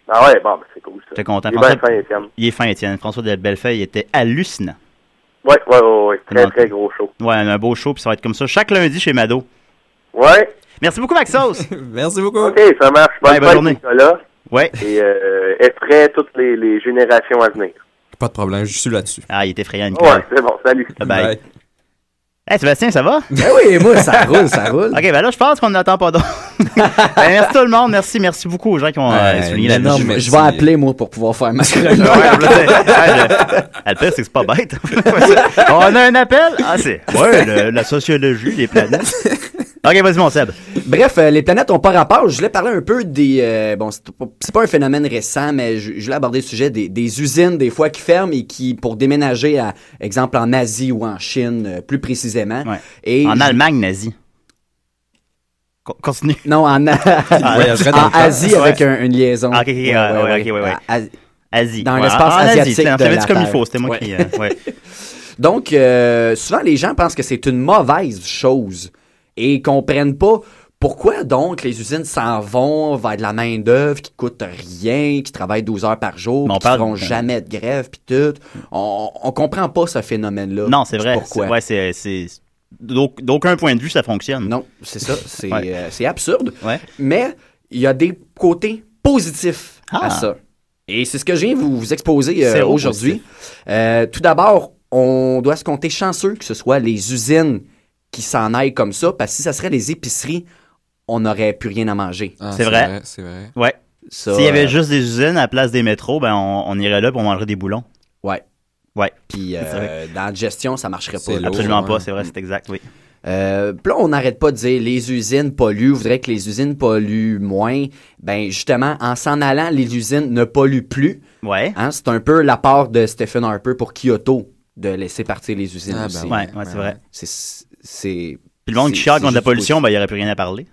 [SPEAKER 12] Ah ouais, bon, ben, c'est cool ça.
[SPEAKER 3] J'étais content.
[SPEAKER 12] Il est
[SPEAKER 3] François-
[SPEAKER 12] bien fin, Étienne.
[SPEAKER 3] Il est fin, Étienne. François de Bellefeuille était hallucinant.
[SPEAKER 12] Ouais, ouais, ouais, ouais. Très,
[SPEAKER 3] Non.
[SPEAKER 12] très gros show.
[SPEAKER 3] Ouais, un beau show, puis ça va être comme ça chaque lundi chez Mado.
[SPEAKER 12] Ouais.
[SPEAKER 3] Merci beaucoup, Maxos.
[SPEAKER 7] Merci beaucoup.
[SPEAKER 12] OK, ça marche. Bonne,
[SPEAKER 3] Ouais, bonne
[SPEAKER 12] fête,
[SPEAKER 3] journée.
[SPEAKER 12] Nicolas.
[SPEAKER 3] Ouais.
[SPEAKER 12] Et euh, être prêt toutes les, les générations à venir.
[SPEAKER 7] Pas de problème, je suis là-dessus.
[SPEAKER 3] Ah, il était effrayant, Nicolas.
[SPEAKER 12] Ouais, c'est bon. Salut.
[SPEAKER 3] Bye. Hey, Sébastien, ça va?
[SPEAKER 6] Ben oui, moi, ça roule, ça roule.
[SPEAKER 3] OK, ben là, je pense qu'on n'attend pas d'autres. Ben, merci tout le monde. Merci, merci beaucoup aux gens qui ont euh,
[SPEAKER 6] Ouais,
[SPEAKER 3] souligné la
[SPEAKER 6] non,
[SPEAKER 3] notion.
[SPEAKER 6] mais je vais appeler, moi, pour pouvoir faire ma
[SPEAKER 3] Ouais, je veux dire, ouais, je- le pire, c'est que c'est pas bête. On a un appel. Ah, c'est. Ouais, le- la sociologie des planètes. OK, vas-y, mon Seb.
[SPEAKER 6] Bref, euh, les planètes ont pas rapport. Je voulais parler un peu des. euh, bon, c'est pas- c'est pas un phénomène récent, mais je, je voulais aborder le sujet des, des usines, des fois, qui ferment et qui, pour déménager, à exemple, en Asie ou en Chine, euh, plus précisément. Et
[SPEAKER 3] En
[SPEAKER 6] je-
[SPEAKER 3] Allemagne nazie. Co- Continue. Ah,
[SPEAKER 6] Non, en,
[SPEAKER 3] voyagerait dans
[SPEAKER 6] en
[SPEAKER 3] le temps.
[SPEAKER 6] Asie avec
[SPEAKER 3] Ouais.
[SPEAKER 6] un- une liaison.
[SPEAKER 3] Ah, ok, ok, ouais, ouais, ok, ouais, ouais. Asie.
[SPEAKER 6] Dans
[SPEAKER 3] Ouais,
[SPEAKER 6] l'espace
[SPEAKER 3] en- en Asie,
[SPEAKER 6] asiatique.
[SPEAKER 3] tiens,
[SPEAKER 6] de
[SPEAKER 3] j'avais
[SPEAKER 6] la
[SPEAKER 3] dit comme il
[SPEAKER 6] Terre.
[SPEAKER 3] faut, c'était moi qui, euh, ouais.
[SPEAKER 6] Donc, euh, souvent, les gens pensent que c'est une mauvaise chose et comprennent pas pourquoi donc les usines s'en vont vers de la main-d'œuvre qui coûte rien, qui travaille 12 heures par jour,
[SPEAKER 3] Mais on
[SPEAKER 6] puis qui
[SPEAKER 3] parle-
[SPEAKER 6] feront jamais de grève, puis tout. On, on comprend pas ce phénomène-là.
[SPEAKER 3] Non, c'est vrai.
[SPEAKER 6] Pourquoi?
[SPEAKER 3] C'est- Ouais, c'est, c'est- d'au- d'aucun point de vue, ça fonctionne.
[SPEAKER 6] Non, c'est ça. C'est,
[SPEAKER 3] Ouais.
[SPEAKER 6] euh, c'est absurde.
[SPEAKER 3] Ouais.
[SPEAKER 6] Mais il y a des côtés positifs
[SPEAKER 3] Ah.
[SPEAKER 6] à ça. Et c'est ce que je viens vous, vous exposer euh,
[SPEAKER 3] Zéro
[SPEAKER 6] aujourd'hui. Euh, tout d'abord, on doit se compter chanceux que ce soit les usines qui s'en aillent comme ça, parce que si ça serait les épiceries, on n'aurait plus rien à manger.
[SPEAKER 7] Ah,
[SPEAKER 3] c'est vrai. Ouais.
[SPEAKER 6] Ça,
[SPEAKER 3] S'il y avait
[SPEAKER 6] euh,
[SPEAKER 3] juste des usines à la place des métros, ben on, on irait là et on mangerait des boulons.
[SPEAKER 6] Ouais.
[SPEAKER 3] Ouais.
[SPEAKER 6] Puis euh,
[SPEAKER 3] C'est vrai.
[SPEAKER 6] dans la gestion, ça marcherait
[SPEAKER 3] C'est
[SPEAKER 6] pas. là.
[SPEAKER 3] lourd, Absolument
[SPEAKER 7] hein.
[SPEAKER 3] pas, ouais. c'est vrai, c'est exact, oui.
[SPEAKER 6] Euh, puis là, on n'arrête pas de dire les usines polluent, vous voudrez que les usines polluent moins. Ben justement, en s'en allant, les usines ne polluent plus.
[SPEAKER 3] Ouais.
[SPEAKER 7] Ah,
[SPEAKER 6] Hein, c'est un peu la part de Stephen Harper pour Kyoto de laisser partir les usines
[SPEAKER 3] Ah, ben
[SPEAKER 6] aussi.
[SPEAKER 3] oui. Ouais, ouais, c'est vrai.
[SPEAKER 6] C'est, c'est-
[SPEAKER 3] Puis le monde qui
[SPEAKER 6] c'est-
[SPEAKER 3] chiale
[SPEAKER 6] c'est
[SPEAKER 3] contre la
[SPEAKER 6] juste
[SPEAKER 3] pollution, ben il n'y aurait plus rien à parler.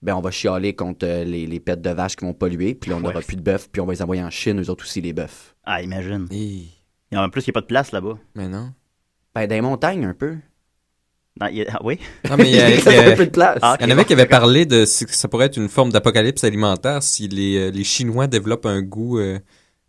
[SPEAKER 6] ben on va chialer contre euh, les, les pets de vaches qui vont polluer, puis on n'aura plus de bœufs, puis on va les envoyer en Chine, eux autres aussi, les bœufs.
[SPEAKER 3] Ah, imagine. Il y en a plus, il n'y a pas de place là-bas.
[SPEAKER 7] Mais non.
[SPEAKER 6] Ben, dans les montagnes, un peu.
[SPEAKER 3] Non, il y a- ah, oui.
[SPEAKER 7] Non, mais euh, il y, a- il y
[SPEAKER 6] Ça
[SPEAKER 7] a-
[SPEAKER 6] fait plus de place.
[SPEAKER 3] Ah, ok,
[SPEAKER 7] il y en avait
[SPEAKER 3] bon,
[SPEAKER 7] qui avaient
[SPEAKER 3] d'accord.
[SPEAKER 7] parlé de ce que ça pourrait être une forme d'apocalypse alimentaire si les, euh, les Chinois développent un goût euh,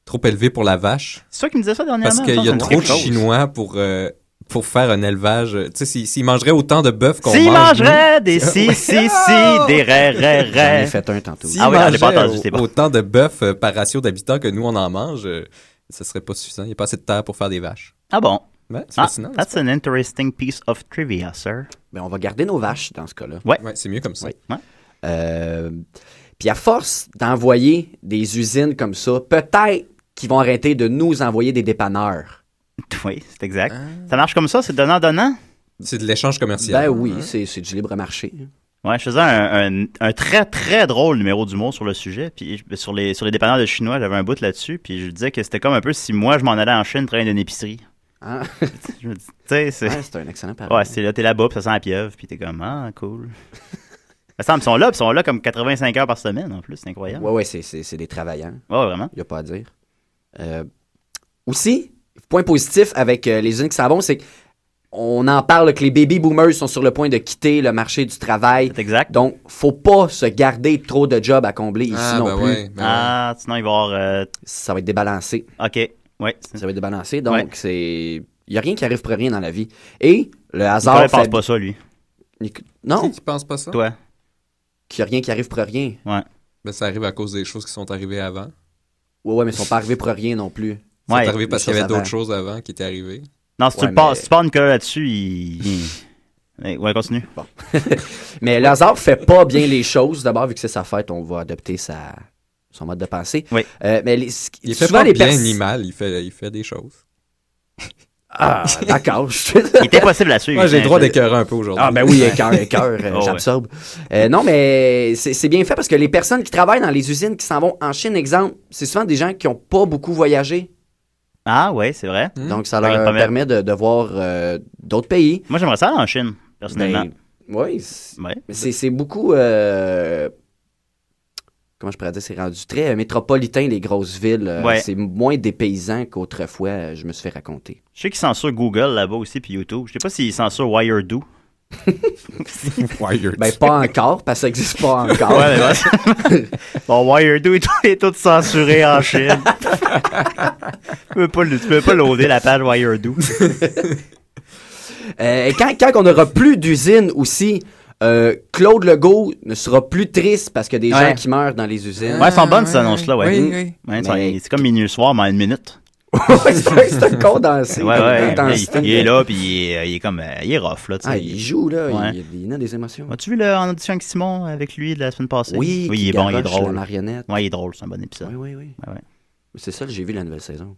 [SPEAKER 7] trop élevé pour la vache.
[SPEAKER 3] C'est toi qui me disais Ah, ça dernièrement.
[SPEAKER 7] Parce
[SPEAKER 3] il
[SPEAKER 7] qu'il
[SPEAKER 3] me
[SPEAKER 7] y a
[SPEAKER 3] semble,
[SPEAKER 7] trop de
[SPEAKER 3] quelque chose.
[SPEAKER 7] Chinois pour, euh, pour faire un élevage. euh, Tu sais, s'ils s'ils mangeraient autant de bœuf qu'on mange. hein. Oh!
[SPEAKER 3] S'ils mangeraient
[SPEAKER 7] nous-
[SPEAKER 3] des si, si, si, des ré, ré, ré.
[SPEAKER 6] J'en ai fait un tantôt.
[SPEAKER 7] S'ils
[SPEAKER 3] Ah oui, ah, j'ai pas
[SPEAKER 7] mangeaient
[SPEAKER 3] entendu,
[SPEAKER 7] au-
[SPEAKER 3] c'est bon.
[SPEAKER 7] autant de bœuf euh, par ratio d'habitants que nous, on en mange, euh, ce serait pas suffisant. Il n'y a pas assez de terre pour faire des vaches.
[SPEAKER 3] Ah bon?
[SPEAKER 7] Ouais, c'est
[SPEAKER 3] Ah,
[SPEAKER 7] fascinant,
[SPEAKER 3] that's an interesting piece of trivia, sir.
[SPEAKER 6] Ben, on va garder nos vaches dans ce cas-là.
[SPEAKER 3] Ouais.
[SPEAKER 7] c'est mieux comme ça.
[SPEAKER 6] Euh, puis à force d'envoyer des usines comme ça, peut-être qu'ils vont arrêter de nous envoyer des dépanneurs.
[SPEAKER 3] Oui, c'est exact.
[SPEAKER 7] Ah.
[SPEAKER 3] Ça marche comme ça, c'est donnant-donnant?
[SPEAKER 7] C'est de l'échange commercial.
[SPEAKER 6] Ben oui, c'est c'est du libre marché.
[SPEAKER 3] Ouais, je faisais un, un- un très très drôle numéro d'humour sur le sujet, puis je- sur les sur les dépanneurs de chinois, j'avais un bout là-dessus, puis je disais que c'était comme un peu si moi je m'en allais en Chine travailler dans une épicerie.
[SPEAKER 6] Hein?
[SPEAKER 3] Je me dis, tu sais, c'est
[SPEAKER 6] Ouais, c'est un excellent parallèle.
[SPEAKER 3] Ouais, c'est là t'es là-bas, puis ça sent la pieuvre, puis t'es comme ah cool. Ça semble ils sont là, puis ils sont là comme 85 heures par semaine en plus, c'est incroyable.
[SPEAKER 6] Ouais, ouais, c'est- c'est c'est des travaillants.
[SPEAKER 3] Ouais, vraiment.
[SPEAKER 6] Il n'y a pas à dire. Euh, aussi, point positif avec euh, les usines qui s'en vont, c'est qu'on en parle que les baby boomers sont sur le point de quitter le marché du travail.
[SPEAKER 3] exact.
[SPEAKER 6] Donc, faut pas se garder trop de jobs à combler ici
[SPEAKER 3] Ah,
[SPEAKER 6] non
[SPEAKER 3] ben
[SPEAKER 6] plus.
[SPEAKER 3] ouais, ben Ah, sinon, il va y avoir.
[SPEAKER 6] Ça va être débalancé.
[SPEAKER 3] OK. Ouais. Ça
[SPEAKER 6] va être débalancé. Donc, c'est. Il n'y a rien qui arrive pour rien dans la vie. Et le hasard.
[SPEAKER 3] Nicolas, il pense
[SPEAKER 6] fait-
[SPEAKER 3] pas ça lui.
[SPEAKER 6] Nic- Non.
[SPEAKER 7] Qui pense pas ça?
[SPEAKER 3] Toi.
[SPEAKER 6] Qu'il n'y a rien qui arrive pour rien.
[SPEAKER 3] Ouais.
[SPEAKER 7] Ben, ça arrive à cause des choses qui sont arrivées avant.
[SPEAKER 6] Ouais, ouais, mais ils sont pas arrivés pour rien non plus.
[SPEAKER 7] C'est arrivé
[SPEAKER 6] Les
[SPEAKER 7] parce qu'il y
[SPEAKER 6] choses
[SPEAKER 7] avait d'autres
[SPEAKER 6] avant.
[SPEAKER 7] choses avant qui étaient arrivées.
[SPEAKER 3] Non, si tu
[SPEAKER 6] Ouais,
[SPEAKER 3] le pars-
[SPEAKER 6] mais-
[SPEAKER 3] si tu parles Nicolas là-dessus, il... il- Ouais, continue.
[SPEAKER 6] Mais Lazare fait pas bien les choses. D'abord, vu que c'est sa fête, on va adopter sa... son mode de pensée. Euh, mais les- ce qui-
[SPEAKER 7] Il fait
[SPEAKER 6] souvent,
[SPEAKER 7] pas
[SPEAKER 6] les
[SPEAKER 7] bien
[SPEAKER 6] pers-
[SPEAKER 7] ni mal, il fait, il fait des choses.
[SPEAKER 6] Ah, d'accord.
[SPEAKER 3] Il était possible à suivre.
[SPEAKER 7] Moi, j'ai le droit d'écœurer un peu aujourd'hui.
[SPEAKER 6] Ah, ben oui, écœur, écœur, euh,
[SPEAKER 7] Oh, ouais.
[SPEAKER 6] j'absorbe. Euh, non, mais c'est c'est bien fait parce que les personnes qui travaillent dans les usines qui s'en vont en Chine, exemple, c'est souvent des gens qui ont pas beaucoup voyagé.
[SPEAKER 3] Ah ouais, c'est vrai.
[SPEAKER 6] Donc, ça
[SPEAKER 3] Ouais,
[SPEAKER 6] leur
[SPEAKER 3] pas mal.
[SPEAKER 6] permet de, de voir euh, d'autres pays.
[SPEAKER 3] Moi, j'aimerais ça aller en Chine, personnellement.
[SPEAKER 6] oui, c'est c'est beaucoup... euh, comment je pourrais dire? C'est rendu très euh, métropolitain, les grosses villes. Euh,
[SPEAKER 3] Ouais.
[SPEAKER 6] C'est moins des paysans qu'autrefois, euh, je me suis fait raconter.
[SPEAKER 3] Je sais qu'ils censurent Google là-bas aussi, puis YouTube. Je sais pas s'ils censurent Wiredoo.
[SPEAKER 7] Wired.
[SPEAKER 6] Ben, pas encore, parce que ça n'existe pas encore.
[SPEAKER 3] Ouais, mais ouais. bon, Wiredoo est tout, est tout censuré en Chine. tu peux pas, le- tu peux pas loader la page Wiredoo.
[SPEAKER 6] Euh, quand, quand on n'aura plus d'usines aussi, euh, Claude Legault ne sera plus triste parce qu'il y a des
[SPEAKER 3] Ouais.
[SPEAKER 6] gens qui meurent dans les usines.
[SPEAKER 3] Ouais, elles sont bonnes, ces annonces-là, ouais.
[SPEAKER 6] Oui,
[SPEAKER 3] Mm.
[SPEAKER 6] oui.
[SPEAKER 3] Ouais, elles sont- C'est comme minuit soir, mais en une minute.
[SPEAKER 6] c'est un- c'est un condensé.
[SPEAKER 3] Ouais, ouais,
[SPEAKER 6] comme
[SPEAKER 3] il,
[SPEAKER 6] d'intensité.
[SPEAKER 3] il est là, puis il est, il est comme. euh, Il est rough, là. tu sais.
[SPEAKER 6] Ah, il joue, là.
[SPEAKER 3] Ouais.
[SPEAKER 6] Il, il a des émotions.
[SPEAKER 3] As-tu vu le, en audition avec Simon, avec lui, de la semaine passée?
[SPEAKER 6] Oui,
[SPEAKER 3] oui
[SPEAKER 6] qui
[SPEAKER 3] il est bon, il est
[SPEAKER 6] garoche la
[SPEAKER 3] drôle.
[SPEAKER 6] marionnette.
[SPEAKER 3] Ouais, il est drôle, c'est un bon épisode.
[SPEAKER 6] Oui, oui, oui. C'est ça que j'ai vu la nouvelle saison.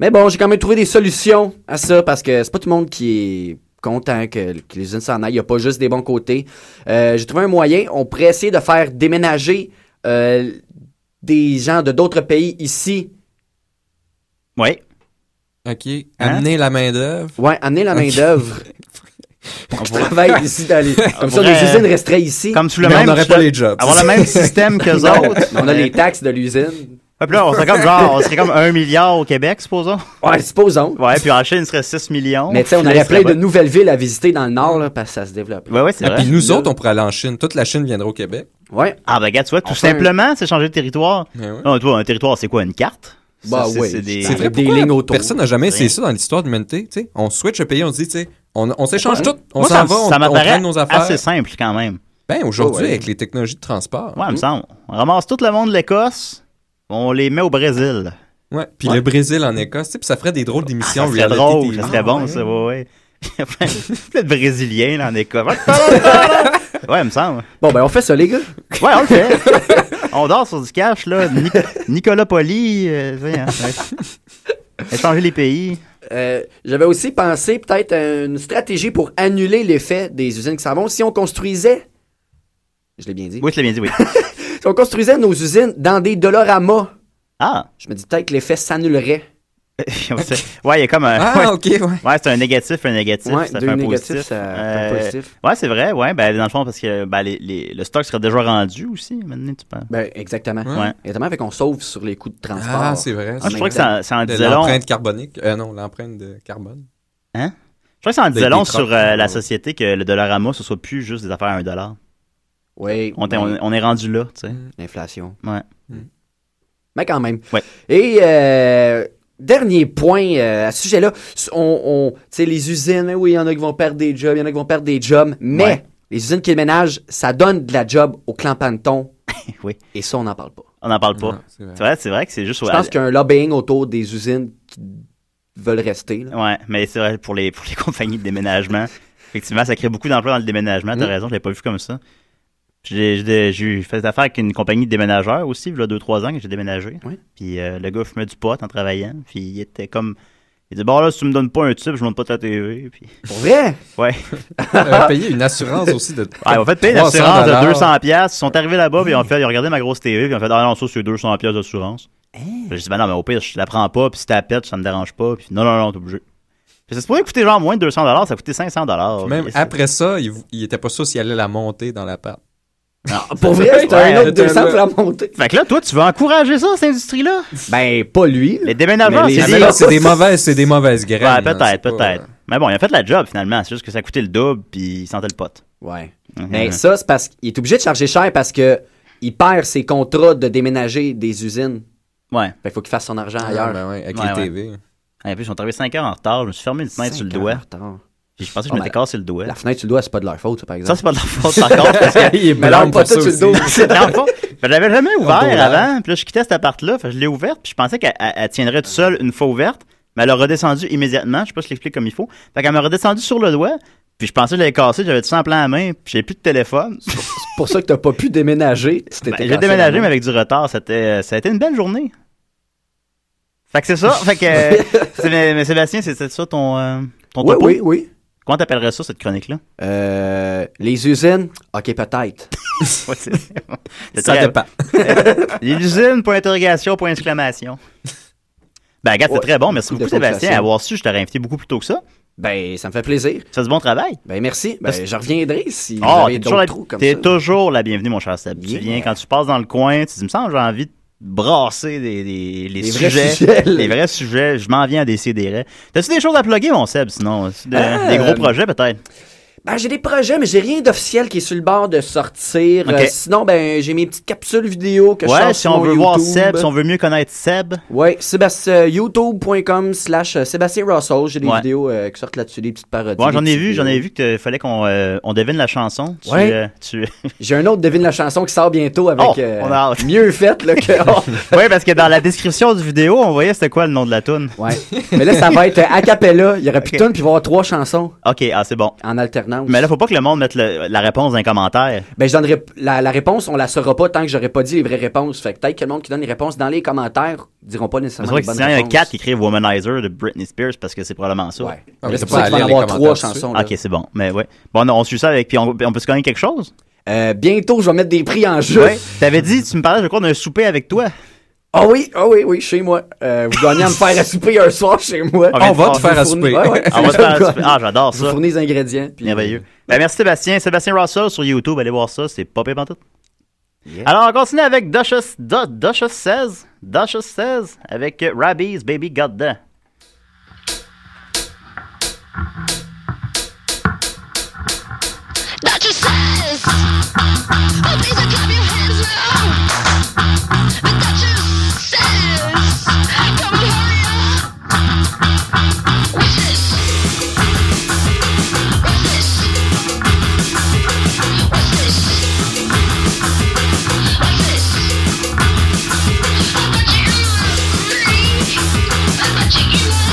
[SPEAKER 6] Mais bon, j'ai quand même trouvé des solutions à ça parce que c'est pas tout le monde qui est content que, que les usines s'en aillent. Il n'y a pas juste des bons côtés. Euh, j'ai trouvé un moyen. On pourrait essayer de faire déménager euh, des gens de d'autres pays ici.
[SPEAKER 3] Oui.
[SPEAKER 7] OK.
[SPEAKER 3] Hein?
[SPEAKER 7] Amener la main-d'œuvre.
[SPEAKER 6] Ouais, amener la
[SPEAKER 7] Ok.
[SPEAKER 6] main-d'œuvre. Pour qu'ils travaillent ici dans les. Comme ça,
[SPEAKER 3] pourrait-
[SPEAKER 6] les usines resteraient ici.
[SPEAKER 3] Comme sous le Mais on même- n'aurait pas les jobs. avoir le même système qu'eux autres.
[SPEAKER 6] On a les taxes de l'usine.
[SPEAKER 3] Ouais, puis là, on serait comme genre, on serait comme 1 milliard au Québec, supposons.
[SPEAKER 6] Ouais, supposons.
[SPEAKER 3] Ouais, puis en Chine, il serait 6 millions.
[SPEAKER 6] Mais tu sais, on
[SPEAKER 3] Puis là,
[SPEAKER 6] aurait
[SPEAKER 3] il serait
[SPEAKER 6] plein de
[SPEAKER 3] bon.
[SPEAKER 6] nouvelles villes à visiter dans le nord là, parce que ça se développe.
[SPEAKER 3] Ouais, ouais, c'est
[SPEAKER 7] Ah,
[SPEAKER 3] vrai.
[SPEAKER 7] puis nous autres, on pourrait aller en Chine. Toute la Chine viendra au Québec.
[SPEAKER 6] Ouais.
[SPEAKER 3] Ah, ben, regarde, tu vois, tout
[SPEAKER 7] Enfin.
[SPEAKER 3] simplement, c'est changer de territoire.
[SPEAKER 7] Ouais, Ben ouais.
[SPEAKER 3] Non, toi, un territoire, c'est quoi, une carte?
[SPEAKER 6] Bah
[SPEAKER 3] Ça, c'est- c'est des-
[SPEAKER 7] C'est vrai, pourquoi Personne n'a jamais essayé ça dans l'histoire de l'humanité. tu sais. On switch le pays, on se dit, tu sais, on, on s'échange
[SPEAKER 3] Ouais.
[SPEAKER 7] tout, on
[SPEAKER 3] Moi,
[SPEAKER 7] s'en
[SPEAKER 3] ça-
[SPEAKER 7] va, on,
[SPEAKER 3] ça
[SPEAKER 7] on
[SPEAKER 3] m'apparaît
[SPEAKER 7] traîne nos affaires.
[SPEAKER 3] assez simple, quand même.
[SPEAKER 7] Ben, aujourd'hui,
[SPEAKER 3] Ouais, ouais.
[SPEAKER 7] avec les technologies de transport.
[SPEAKER 3] Ouais, il me semble. On ramasse tout le monde de l'Écosse, on les met au Brésil.
[SPEAKER 7] Ouais, puis le Brésil en Écosse, tu sais, puis ça ferait des drôles d'émissions.
[SPEAKER 3] Ah, Ça serait
[SPEAKER 7] reality
[SPEAKER 3] drôle,
[SPEAKER 7] TV.
[SPEAKER 3] ça serait
[SPEAKER 7] Ah,
[SPEAKER 3] bon,
[SPEAKER 7] ouais.
[SPEAKER 3] ça, ouais, ouais. Il y a plein plein de Brésiliens, là, en Écosse. ouais, il me semble.
[SPEAKER 6] Bon, ben, on fait ça, les gars.
[SPEAKER 3] Ouais, on le fait. on dort sur du cash, là. Ni- Nicolas Poli, euh, tu sais, hein, ouais. Échanger les pays.
[SPEAKER 6] Euh, J'avais aussi pensé peut-être à une stratégie pour annuler l'effet des usines qui s'en vont. Si on construisait, Je l'ai bien dit.
[SPEAKER 3] Oui, je l'ai bien dit, oui.
[SPEAKER 6] si on construisait nos usines dans des Dolorama,
[SPEAKER 3] ah.
[SPEAKER 6] je me dis peut-être que l'effet s'annulerait.
[SPEAKER 3] ouais, il y a comme un.
[SPEAKER 6] Ah,
[SPEAKER 3] ouais.
[SPEAKER 6] ok, ouais.
[SPEAKER 3] c'est un négatif, un négatif.
[SPEAKER 6] Ouais,
[SPEAKER 3] ça
[SPEAKER 6] deux
[SPEAKER 3] fait un
[SPEAKER 6] négatifs,
[SPEAKER 3] positif. Euh,
[SPEAKER 6] ça fait un positif.
[SPEAKER 3] Ouais, c'est vrai, ouais. Ben, dans le fond, parce que ben, les- les- le stock serait déjà rendu aussi, maintenant, tu penses.
[SPEAKER 6] Ben, exactement.
[SPEAKER 3] Ouais.
[SPEAKER 6] Exactement, fait qu'on sauve sur les coûts de transport.
[SPEAKER 7] Ah, c'est vrai.
[SPEAKER 3] Ah, je trouvais que ça, ça
[SPEAKER 7] De
[SPEAKER 3] en disait long.
[SPEAKER 7] L'empreinte carbonique. Euh, non, l'empreinte de carbone.
[SPEAKER 3] Hein? Je crois que ça en
[SPEAKER 7] Des-
[SPEAKER 3] disait long
[SPEAKER 7] des
[SPEAKER 3] sur
[SPEAKER 7] trocs,
[SPEAKER 3] euh,
[SPEAKER 7] ouais.
[SPEAKER 3] la société que le dollarama, ce soit plus juste des affaires à un dollar.
[SPEAKER 6] Oui.
[SPEAKER 3] On, est-
[SPEAKER 6] oui.
[SPEAKER 3] on- on est rendu là, tu sais.
[SPEAKER 6] Mm. L'inflation.
[SPEAKER 3] Ouais.
[SPEAKER 6] Mais quand même.
[SPEAKER 3] Ouais.
[SPEAKER 6] Et euh, dernier point euh, à ce sujet-là, on, on- tu sais, les usines, eh oui, il y en a qui vont perdre des jobs, il y en a qui vont perdre des jobs, mais
[SPEAKER 3] Ouais.
[SPEAKER 6] les usines qui déménagent, ça donne de la job au clan Panton.
[SPEAKER 3] oui.
[SPEAKER 6] Et ça, on n'en parle pas.
[SPEAKER 3] On n'en parle
[SPEAKER 7] Ah,
[SPEAKER 3] pas.
[SPEAKER 6] c'est
[SPEAKER 3] C'est
[SPEAKER 6] vrai.
[SPEAKER 3] vrai, c'est vrai que c'est juste.
[SPEAKER 6] Je pense qu'il y a un lobbying autour des usines qui veulent rester. là.
[SPEAKER 3] Ouais, mais c'est vrai pour les, pour les compagnies de déménagement. Effectivement, ça crée beaucoup d'emplois dans le déménagement. T'as
[SPEAKER 6] Mm.
[SPEAKER 3] raison, je l'ai pas vu comme ça. J'ai j'ai- j'ai fait affaire avec une compagnie de déménageurs aussi, il y a 2-3 ans que j'ai déménagé. Puis euh, le gars fumait du pot en travaillant. Puis il était comme. Il dit Bon, là, si tu me donnes pas un type, je monte pas ta TV. Puis...
[SPEAKER 6] Pour vrai
[SPEAKER 3] Ouais.
[SPEAKER 7] On avait payé une assurance aussi de.
[SPEAKER 3] Ouais, ils ont Ah, fait payer une
[SPEAKER 7] 300
[SPEAKER 3] assurance de
[SPEAKER 7] dollars.
[SPEAKER 3] 200 pièces. Ils sont arrivés là-bas, puis ils ont fait, ils ont regardé ma grosse TV, puis ils ont fait, ah non, ça c'est 200 pièces d'assurance. J'ai dit, ben non, mais au pire, je la prends pas, puis si t'as pète, ça me dérange pas, puis non, non, non, t'es obligé. Puis ça se pourrait coûter genre moins de 200 dollars, ça coûtait 500 dollars.
[SPEAKER 7] Même après ça, il, vou- il était pas sûr s'il allait la monter dans l'appart.
[SPEAKER 6] Pour vrai, c'était un autre 200 pour la montée.
[SPEAKER 3] Fait que là, toi, tu veux encourager ça, cette industrie-là?
[SPEAKER 6] Ben, pas lui.
[SPEAKER 3] Les déménageurs,
[SPEAKER 7] Mais les-
[SPEAKER 3] c'est
[SPEAKER 7] Ah, mais là, c'est des mauvaises, c'est des mauvaises graines.
[SPEAKER 3] Ouais,
[SPEAKER 7] hein, c'est
[SPEAKER 3] peut-être,
[SPEAKER 7] pas-
[SPEAKER 3] peut-être. Mais bon, ils ont fait la job finalement, c'est juste que ça coûtait le double, puis ils sentaient le pot.
[SPEAKER 6] Ouais.
[SPEAKER 3] Mm-hmm.
[SPEAKER 7] Mhm.
[SPEAKER 6] Mais ça, c'est parce qu'il est obligé de charger cher parce que il perd ses contrats de déménager des usines.
[SPEAKER 3] Ouais.
[SPEAKER 6] Fait qu'il faut qu'il fasse son argent
[SPEAKER 3] Ah,
[SPEAKER 6] ailleurs.
[SPEAKER 3] ben ouais, avec les TV.
[SPEAKER 6] Ouais,
[SPEAKER 3] en plus, ils sont arrivés 5 heures en retard, je me suis fermé une fenêtre sur le
[SPEAKER 6] Cinq heures
[SPEAKER 3] doigt.
[SPEAKER 6] en retard.
[SPEAKER 3] Puis je pensais
[SPEAKER 6] Ah,
[SPEAKER 3] que
[SPEAKER 7] Oh
[SPEAKER 3] je m'étais
[SPEAKER 6] ben,
[SPEAKER 3] cassé le doigt.
[SPEAKER 6] La fenêtre sur le doigt, c'est pas de leur faute, ça, par exemple.
[SPEAKER 3] Ça, c'est pas de leur faute, par contre. Parce que
[SPEAKER 6] Il est blanc pas tout sur le dos.
[SPEAKER 3] Dans le fond, ben, je l'avais jamais
[SPEAKER 6] Au dos,
[SPEAKER 3] ouvert
[SPEAKER 6] là.
[SPEAKER 3] avant. Puis là, je quittais cet appart-là. fait que Je l'ai ouverte. Puis je pensais qu'elle elle- elle tiendrait toute seule une fois ouverte. Mais elle a redescendu immédiatement. Je sais pas si je l'explique comme il faut. Fait qu'elle m'a redescendu sur le doigt. Puis je pensais que je l'avais cassé. J'avais tout ça en plein à la main. Puis j'ai plus de téléphone.
[SPEAKER 6] C'est pour ça que t'as pas pu déménager. Tu t'étais
[SPEAKER 3] Ben, j'ai
[SPEAKER 6] cassé hein.
[SPEAKER 3] déménagé,
[SPEAKER 6] la
[SPEAKER 3] mais
[SPEAKER 6] main.
[SPEAKER 3] avec du retard. C'était, euh, ça a été une belle journée. Fait que c'est ça. Fait que. euh, c'est- mais, mais Sébastien, c'est c'est ça ton. euh, ton
[SPEAKER 6] Oui,
[SPEAKER 3] topo?
[SPEAKER 6] oui, oui.
[SPEAKER 3] Comment t'appellerais ça, cette chronique-là?
[SPEAKER 6] Euh, les usines, ok, peut-être.
[SPEAKER 3] Ouais, c'est- c'est très- L'usine, point interrogation, point exclamation. Ben, regarde, c'est très bon. Merci beaucoup, Sébastien. Avoir su, je t'aurais invité beaucoup plus tôt que ça.
[SPEAKER 6] Ben, ça me fait plaisir.
[SPEAKER 3] Ça, c'est bon travail.
[SPEAKER 6] Ben, merci. Ben,
[SPEAKER 3] Parce-
[SPEAKER 6] je reviendrai si
[SPEAKER 3] Ah,
[SPEAKER 6] j'avais
[SPEAKER 3] t'es toujours,
[SPEAKER 6] d'autres
[SPEAKER 3] la...
[SPEAKER 6] trous comme
[SPEAKER 3] t'es
[SPEAKER 6] ça.
[SPEAKER 3] toujours la bienvenue, mon cher Seb. Tu viens, quand tu passes dans le coin, tu dis, me semble, j'ai envie de brasser des, des- les,
[SPEAKER 6] Les vrais
[SPEAKER 3] sujets.
[SPEAKER 6] sujets, là.
[SPEAKER 3] les vrais sujets. Je m'en viens à décider. T'as-tu des choses à plugger, mon Seb, sinon? Des-
[SPEAKER 6] Ah,
[SPEAKER 3] des gros
[SPEAKER 6] euh,
[SPEAKER 3] projets, peut-être?
[SPEAKER 6] Ben, j'ai des projets, mais j'ai rien d'officiel qui est sur le bord de sortir.
[SPEAKER 3] Ok.
[SPEAKER 6] Euh, sinon, ben, j'ai mes petites capsules vidéo que je
[SPEAKER 3] Ouais,
[SPEAKER 6] sors
[SPEAKER 3] si
[SPEAKER 6] sur
[SPEAKER 3] on
[SPEAKER 6] mon
[SPEAKER 3] veut voir
[SPEAKER 6] YouTube.
[SPEAKER 3] Seb, si on veut mieux connaître Seb.
[SPEAKER 6] Ouais, euh, Sébastien, youtube.com slash euh, Sébastien Russell. J'ai des
[SPEAKER 3] Ouais.
[SPEAKER 6] vidéos euh, qui sortent là-dessus, des petites parodies.
[SPEAKER 3] Ouais, j'en
[SPEAKER 6] des
[SPEAKER 3] ai
[SPEAKER 6] petites
[SPEAKER 3] vu, j'en ai
[SPEAKER 6] vidéos.
[SPEAKER 3] vu qu'il fallait qu'on euh, on devine la chanson. Tu,
[SPEAKER 6] Ouais.
[SPEAKER 3] euh, tu...
[SPEAKER 6] J'ai un autre devine la chanson qui sort bientôt avec
[SPEAKER 3] Oh,
[SPEAKER 6] euh,
[SPEAKER 3] on a hâte.
[SPEAKER 6] mieux fait là, que. Oh.
[SPEAKER 3] oui, parce que dans la description du vidéo, on voyait c'était quoi le nom de la toune.
[SPEAKER 6] Ouais. Mais là, ça va être euh, a cappella. Il y aura plus de tunes, puis il va y avoir trois chansons.
[SPEAKER 3] OK, ah, c'est bon.
[SPEAKER 6] En alternance.
[SPEAKER 3] Mais là, faut pas que le monde mette le- la réponse dans les commentaires.
[SPEAKER 6] Ben, je donnerai la, la réponse, on la saura pas tant que j'aurais pas dit les vraies réponses. Fait que peut-être que le monde qui donne les réponses dans les commentaires diront pas
[SPEAKER 3] C'est
[SPEAKER 6] nécessairement
[SPEAKER 3] vrai
[SPEAKER 6] les
[SPEAKER 3] que
[SPEAKER 6] bonnes
[SPEAKER 3] sinon, il y a
[SPEAKER 6] réponses.
[SPEAKER 3] 4 qui écrivent Womanizer de Britney Spears parce que c'est probablement ça.
[SPEAKER 6] Ouais. Ah, mais c'est pour ça qu'il va y avoir trois chansons, là.
[SPEAKER 3] Ok, c'est bon. Mais ouais. Bon, on, on suit ça avec. Puis on, puis on peut se gagner quelque chose?
[SPEAKER 6] Euh, bientôt, je vais mettre des prix en jeu.
[SPEAKER 3] Ouais. T'avais dit, tu me parlais, je crois, d'un souper avec toi.
[SPEAKER 6] Ah oui, ah oui, oui, chez moi. Euh, vous gagnez à me faire à souper un soir chez moi.
[SPEAKER 3] On vient de- on-
[SPEAKER 6] Vous fournir- Ouais, ouais.
[SPEAKER 3] On va te faire à souper. Ah, j'adore
[SPEAKER 6] Vous
[SPEAKER 3] ça.
[SPEAKER 6] fournissez les ingrédients. puis-
[SPEAKER 3] Merveilleux. Ben, merci Sébastien. Sébastien Russell sur YouTube, allez voir ça, c'est pas pire pantoute. Alors, on continue avec Duchess, Du- Duchess 16. Duchess 16 avec euh, Rabbi's Baby Goddamn.
[SPEAKER 1] Doctor says, oh please don't clap your hands now. The doctor says, come and hurry up. Witches, witches, witches, witches. I bet you you love me. I bet you you love. I bet you you love me.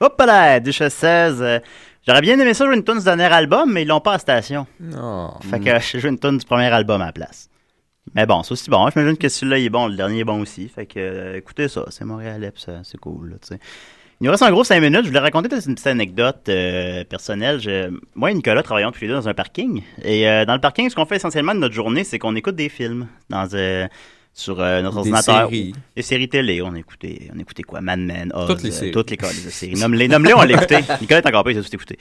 [SPEAKER 3] Hop là, Duchess 16. euh, J'aurais bien aimé ça jouer une tune du dernier album, mais ils l'ont pas à station.
[SPEAKER 7] Non.
[SPEAKER 3] Fait que je joue une tune du premier album à la place. Mais bon, c'est aussi bon. hein, J'imagine que celui-là il est bon, le dernier est bon aussi. Fait que euh, écoutez ça, c'est Montréal ça, c'est cool. là, tu sais. Il nous reste en gros 5 minutes. Je voulais raconter peut-être une petite anecdote euh, personnelle. Je- moi et Nicolas travaillons tous les deux dans un parking. Et euh, dans le parking, ce qu'on fait essentiellement de notre journée, c'est qu'on écoute des films. Dans, euh, sur euh, notre
[SPEAKER 7] Des
[SPEAKER 3] ordinateur.
[SPEAKER 7] séries.
[SPEAKER 3] Des séries télé. On écoutait, on écoutait quoi? Mad Men, Oz,
[SPEAKER 7] Toutes les
[SPEAKER 3] euh,
[SPEAKER 7] séries.
[SPEAKER 3] Toutes les, câlisses de séries. Nomme-les, nomme-les, on l'a écouté. Nicolas est encore pas, il a tout écouté.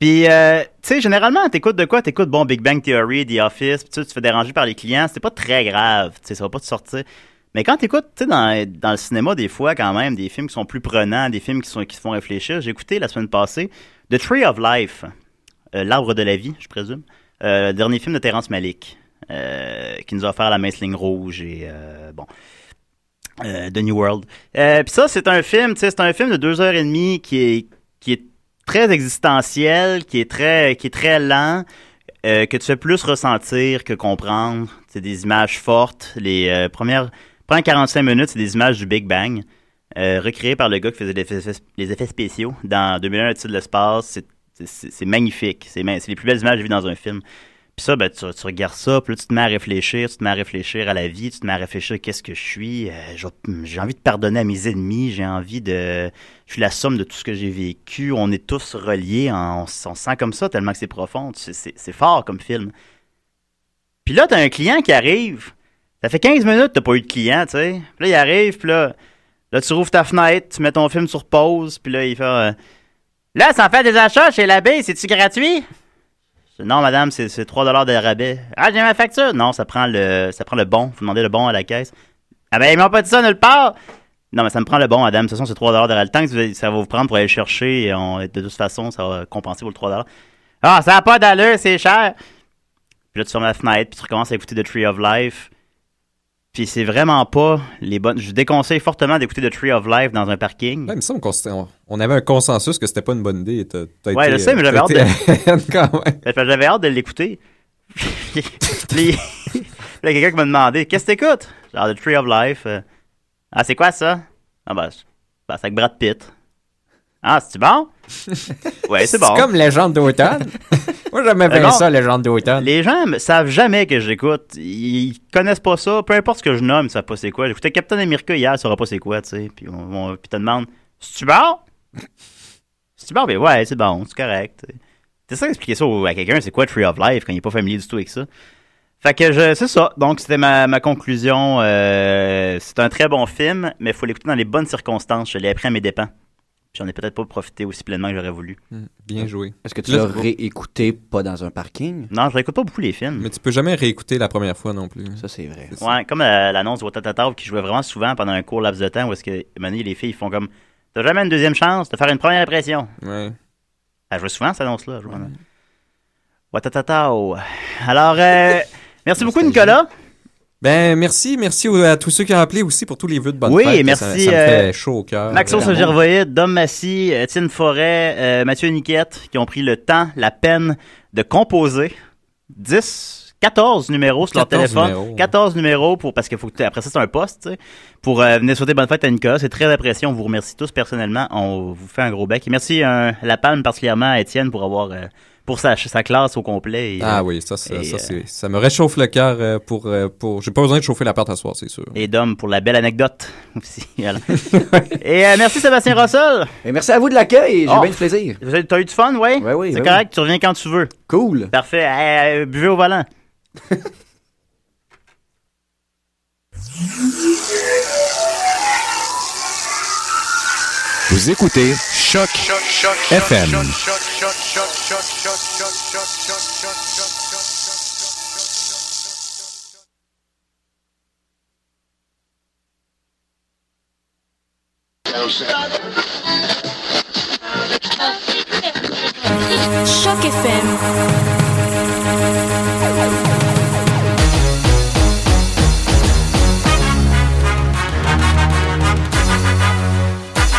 [SPEAKER 3] Puis, euh, tu sais, généralement, t'écoutes de quoi? T'écoutes, bon, Big Bang Theory, The Office, puis tu sais, tu te fais déranger par les clients. C'est pas très grave, tu sais, ça va pas te sortir. Mais quand t'écoutes, tu sais, dans, dans le cinéma, des fois, quand même, des films qui sont plus prenants, des films qui, sont, qui te font réfléchir. J'ai écouté la semaine passée The Tree of Life, euh, L'arbre de la vie, je présume. Euh, le dernier film de Terrence Malick, euh, qui nous a offert La mince ligne rouge et, euh, bon, euh, The New World. Euh, Puis ça, c'est un film, tu sais, c'est un film de deux heures et demie qui est, qui est très existentiel, qui est très, qui est très lent, euh, que tu fais plus ressentir que comprendre. C'est des images fortes. Les euh, premières, premières 45 minutes, c'est des images du Big Bang, euh, recréées par le gars qui faisait les effets, les effets spéciaux dans 2001, au-dessus de l'espace. C'est- C'est c'est magnifique. C'est ma- c'est les plus belles images que j'ai vues dans un film. Puis ça, ben, tu, tu regardes ça, puis là, tu te mets à réfléchir, tu te mets à réfléchir à la vie, tu te mets à réfléchir qu'est-ce que je suis. euh, je vais- j'ai envie de pardonner à mes ennemis, j'ai envie de. Je suis la somme de tout ce que j'ai vécu. On est tous reliés, en- on, s- on se sent comme ça tellement que c'est profond. Tu sais, C'est c'est fort comme film. Puis là, t'as un client qui arrive. Ça fait 15 minutes que t'as pas eu de client, tu sais. Puis là, il arrive, puis là, là, tu rouvres ta fenêtre, tu mets ton film sur pause, puis là, il fait. euh, là, ça en fait des achats chez l'abbé, c'est-tu gratuit? Je dis, Non, madame, c'est c'est 3 de rabais. Ah, j'ai ma facture. Non, ça prend le, ça prend le bon. Vous demandez le bon à la caisse. Ah ben, ils m'ont pas dit ça nulle part. Non, mais ça me prend le bon, madame. De toute façon, c'est 3 de rabais. Le temps que vous allez- ça va vous prendre pour aller le chercher, et on- de toute façon, ça va compenser pour le 3 Ah, ça n'a pas d'allure, c'est cher. Puis là, tu fermes la fenêtre, puis tu recommences à écouter The Tree of Life. Puis c'est vraiment pas les bonnes. Je déconseille fortement d'écouter The Tree of Life dans un parking.
[SPEAKER 7] Ouais, il me semble qu'on s'était- on, on avait un consensus que c'était pas une bonne idée. et t'as- t'as
[SPEAKER 3] Ouais,
[SPEAKER 7] été,
[SPEAKER 3] je sais, mais
[SPEAKER 7] euh,
[SPEAKER 3] j'avais hâte
[SPEAKER 7] t'as été-
[SPEAKER 3] de... Fait que J'avais hâte de l'écouter. Puis- Puis puis il y a quelqu'un qui m'a demandé Qu'est-ce que t'écoutes Genre The Tree of Life. euh. Ah, c'est quoi ça Ah, ben, c'est ben, c'est avec Brad Pitt. Ah, c'est-tu bon Ouais, c'est bon.
[SPEAKER 7] C'est comme Légende d'automne. Moi, j'aimais bien
[SPEAKER 3] Euh, non.
[SPEAKER 7] ça, Légende d'automne.
[SPEAKER 3] Les gens me- savent jamais que j'écoute. Ils connaissent pas ça. Peu importe ce que je nomme, ils savent pas c'est quoi. J'écoutais Captain America hier, ils sauraient pas c'est quoi, tu sais. Puis on, on- puis te demande C'est-tu bon C'est-tu bon Ben ouais, c'est bon, c'est correct. C'est ça expliquer ça au- à quelqu'un, c'est quoi Tree of Life quand il est pas familier du tout avec ça. Fait que je, c'est ça. Donc c'était ma, ma conclusion. Euh, c'est un très bon film, mais il faut l'écouter dans les bonnes circonstances. Je l'ai appris à mes dépens. Puis J'en ai peut-être pas profité aussi pleinement que j'aurais voulu.
[SPEAKER 7] Bien joué.
[SPEAKER 6] Est-ce que tu
[SPEAKER 7] Là,
[SPEAKER 6] l'as
[SPEAKER 7] c'est-
[SPEAKER 6] réécouté pas dans un parking?
[SPEAKER 3] Non, je réécoute pas beaucoup les films.
[SPEAKER 7] Mais tu peux jamais réécouter la première fois non plus.
[SPEAKER 6] Ça, c'est vrai.
[SPEAKER 3] Ouais, comme euh, l'annonce de Watatata qui jouait vraiment souvent pendant un court laps de temps où est-ce que à un moment donné, les filles ils font comme T'as jamais une deuxième chance de faire une première impression.
[SPEAKER 7] Ouais.
[SPEAKER 3] Elle jouait souvent cette annonce-là. je vois. Watatata. Alors, euh, merci beaucoup, Nicolas.
[SPEAKER 7] Ben, merci. Merci au- à tous ceux qui ont appelé aussi pour tous les vœux de bonne
[SPEAKER 3] oui,
[SPEAKER 7] fête.
[SPEAKER 3] merci.
[SPEAKER 7] Ça, ça me
[SPEAKER 3] euh,
[SPEAKER 7] fait chaud au cœur.
[SPEAKER 3] Maxence
[SPEAKER 7] Vraiment.
[SPEAKER 3] Gervoïde, Dom Massy, Étienne Forêt, euh, Mathieu Niquette, qui ont pris le temps, la peine de composer 10, 14 numéros sur leur
[SPEAKER 7] 14
[SPEAKER 3] téléphone.
[SPEAKER 7] numéros.
[SPEAKER 3] 14 numéros pour, parce qu'il faut que t'aies- après ça, c'est un poste, tu sais, pour euh, venir souhaiter bonne fête à Nicolas. C'est très apprécié. On vous remercie tous personnellement. On vous fait un gros bec. Et merci euh, La Palme, particulièrement à Étienne, pour avoir, euh, pour sa, sa classe au complet. Et,
[SPEAKER 7] Ah
[SPEAKER 3] euh,
[SPEAKER 7] oui, ça, ça,
[SPEAKER 3] et,
[SPEAKER 7] ça,
[SPEAKER 3] euh,
[SPEAKER 7] c'est- ça me réchauffe le cœur euh, pour, euh, pour. J'ai pas besoin de chauffer l'appart à soir, c'est sûr.
[SPEAKER 3] euh, Et Dom pour la belle anecdote aussi. Voilà. et euh, merci Sébastien Rossol.
[SPEAKER 6] Et merci à vous de l'accueil. J'ai bien du plaisir.
[SPEAKER 3] T'as eu du fun, ouais?
[SPEAKER 6] Ouais, oui,
[SPEAKER 3] C'est
[SPEAKER 6] ben
[SPEAKER 3] correct, tu reviens quand tu veux.
[SPEAKER 6] Cool.
[SPEAKER 3] Parfait. Eh, eh, buvez au volant.
[SPEAKER 5] Vous écoutez Choc FM.
[SPEAKER 1] Choc FM.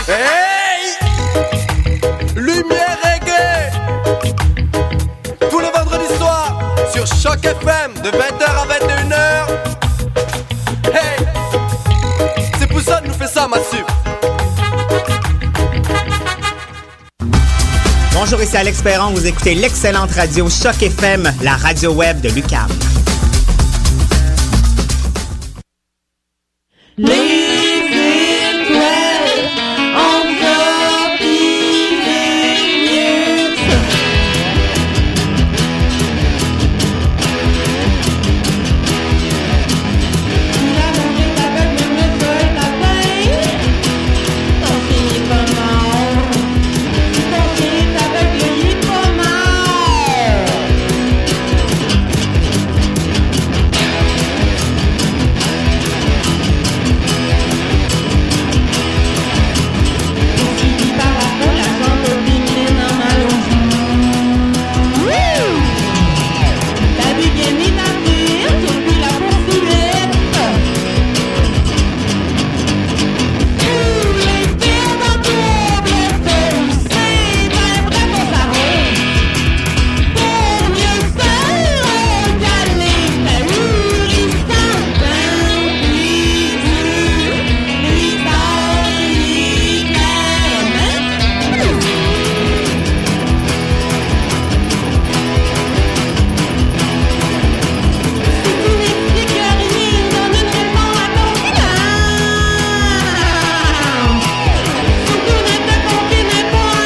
[SPEAKER 10] Hey Lumière reggae Tous les vendredis soirs sur Choc FM de 20h à 21h Hey C'est pour ça que nous fait ça Mathieu
[SPEAKER 13] Bonjour, ici Alex Perron. Vous écoutez l'excellente radio Choc FM, la radio web de Lucam.
[SPEAKER 1] Les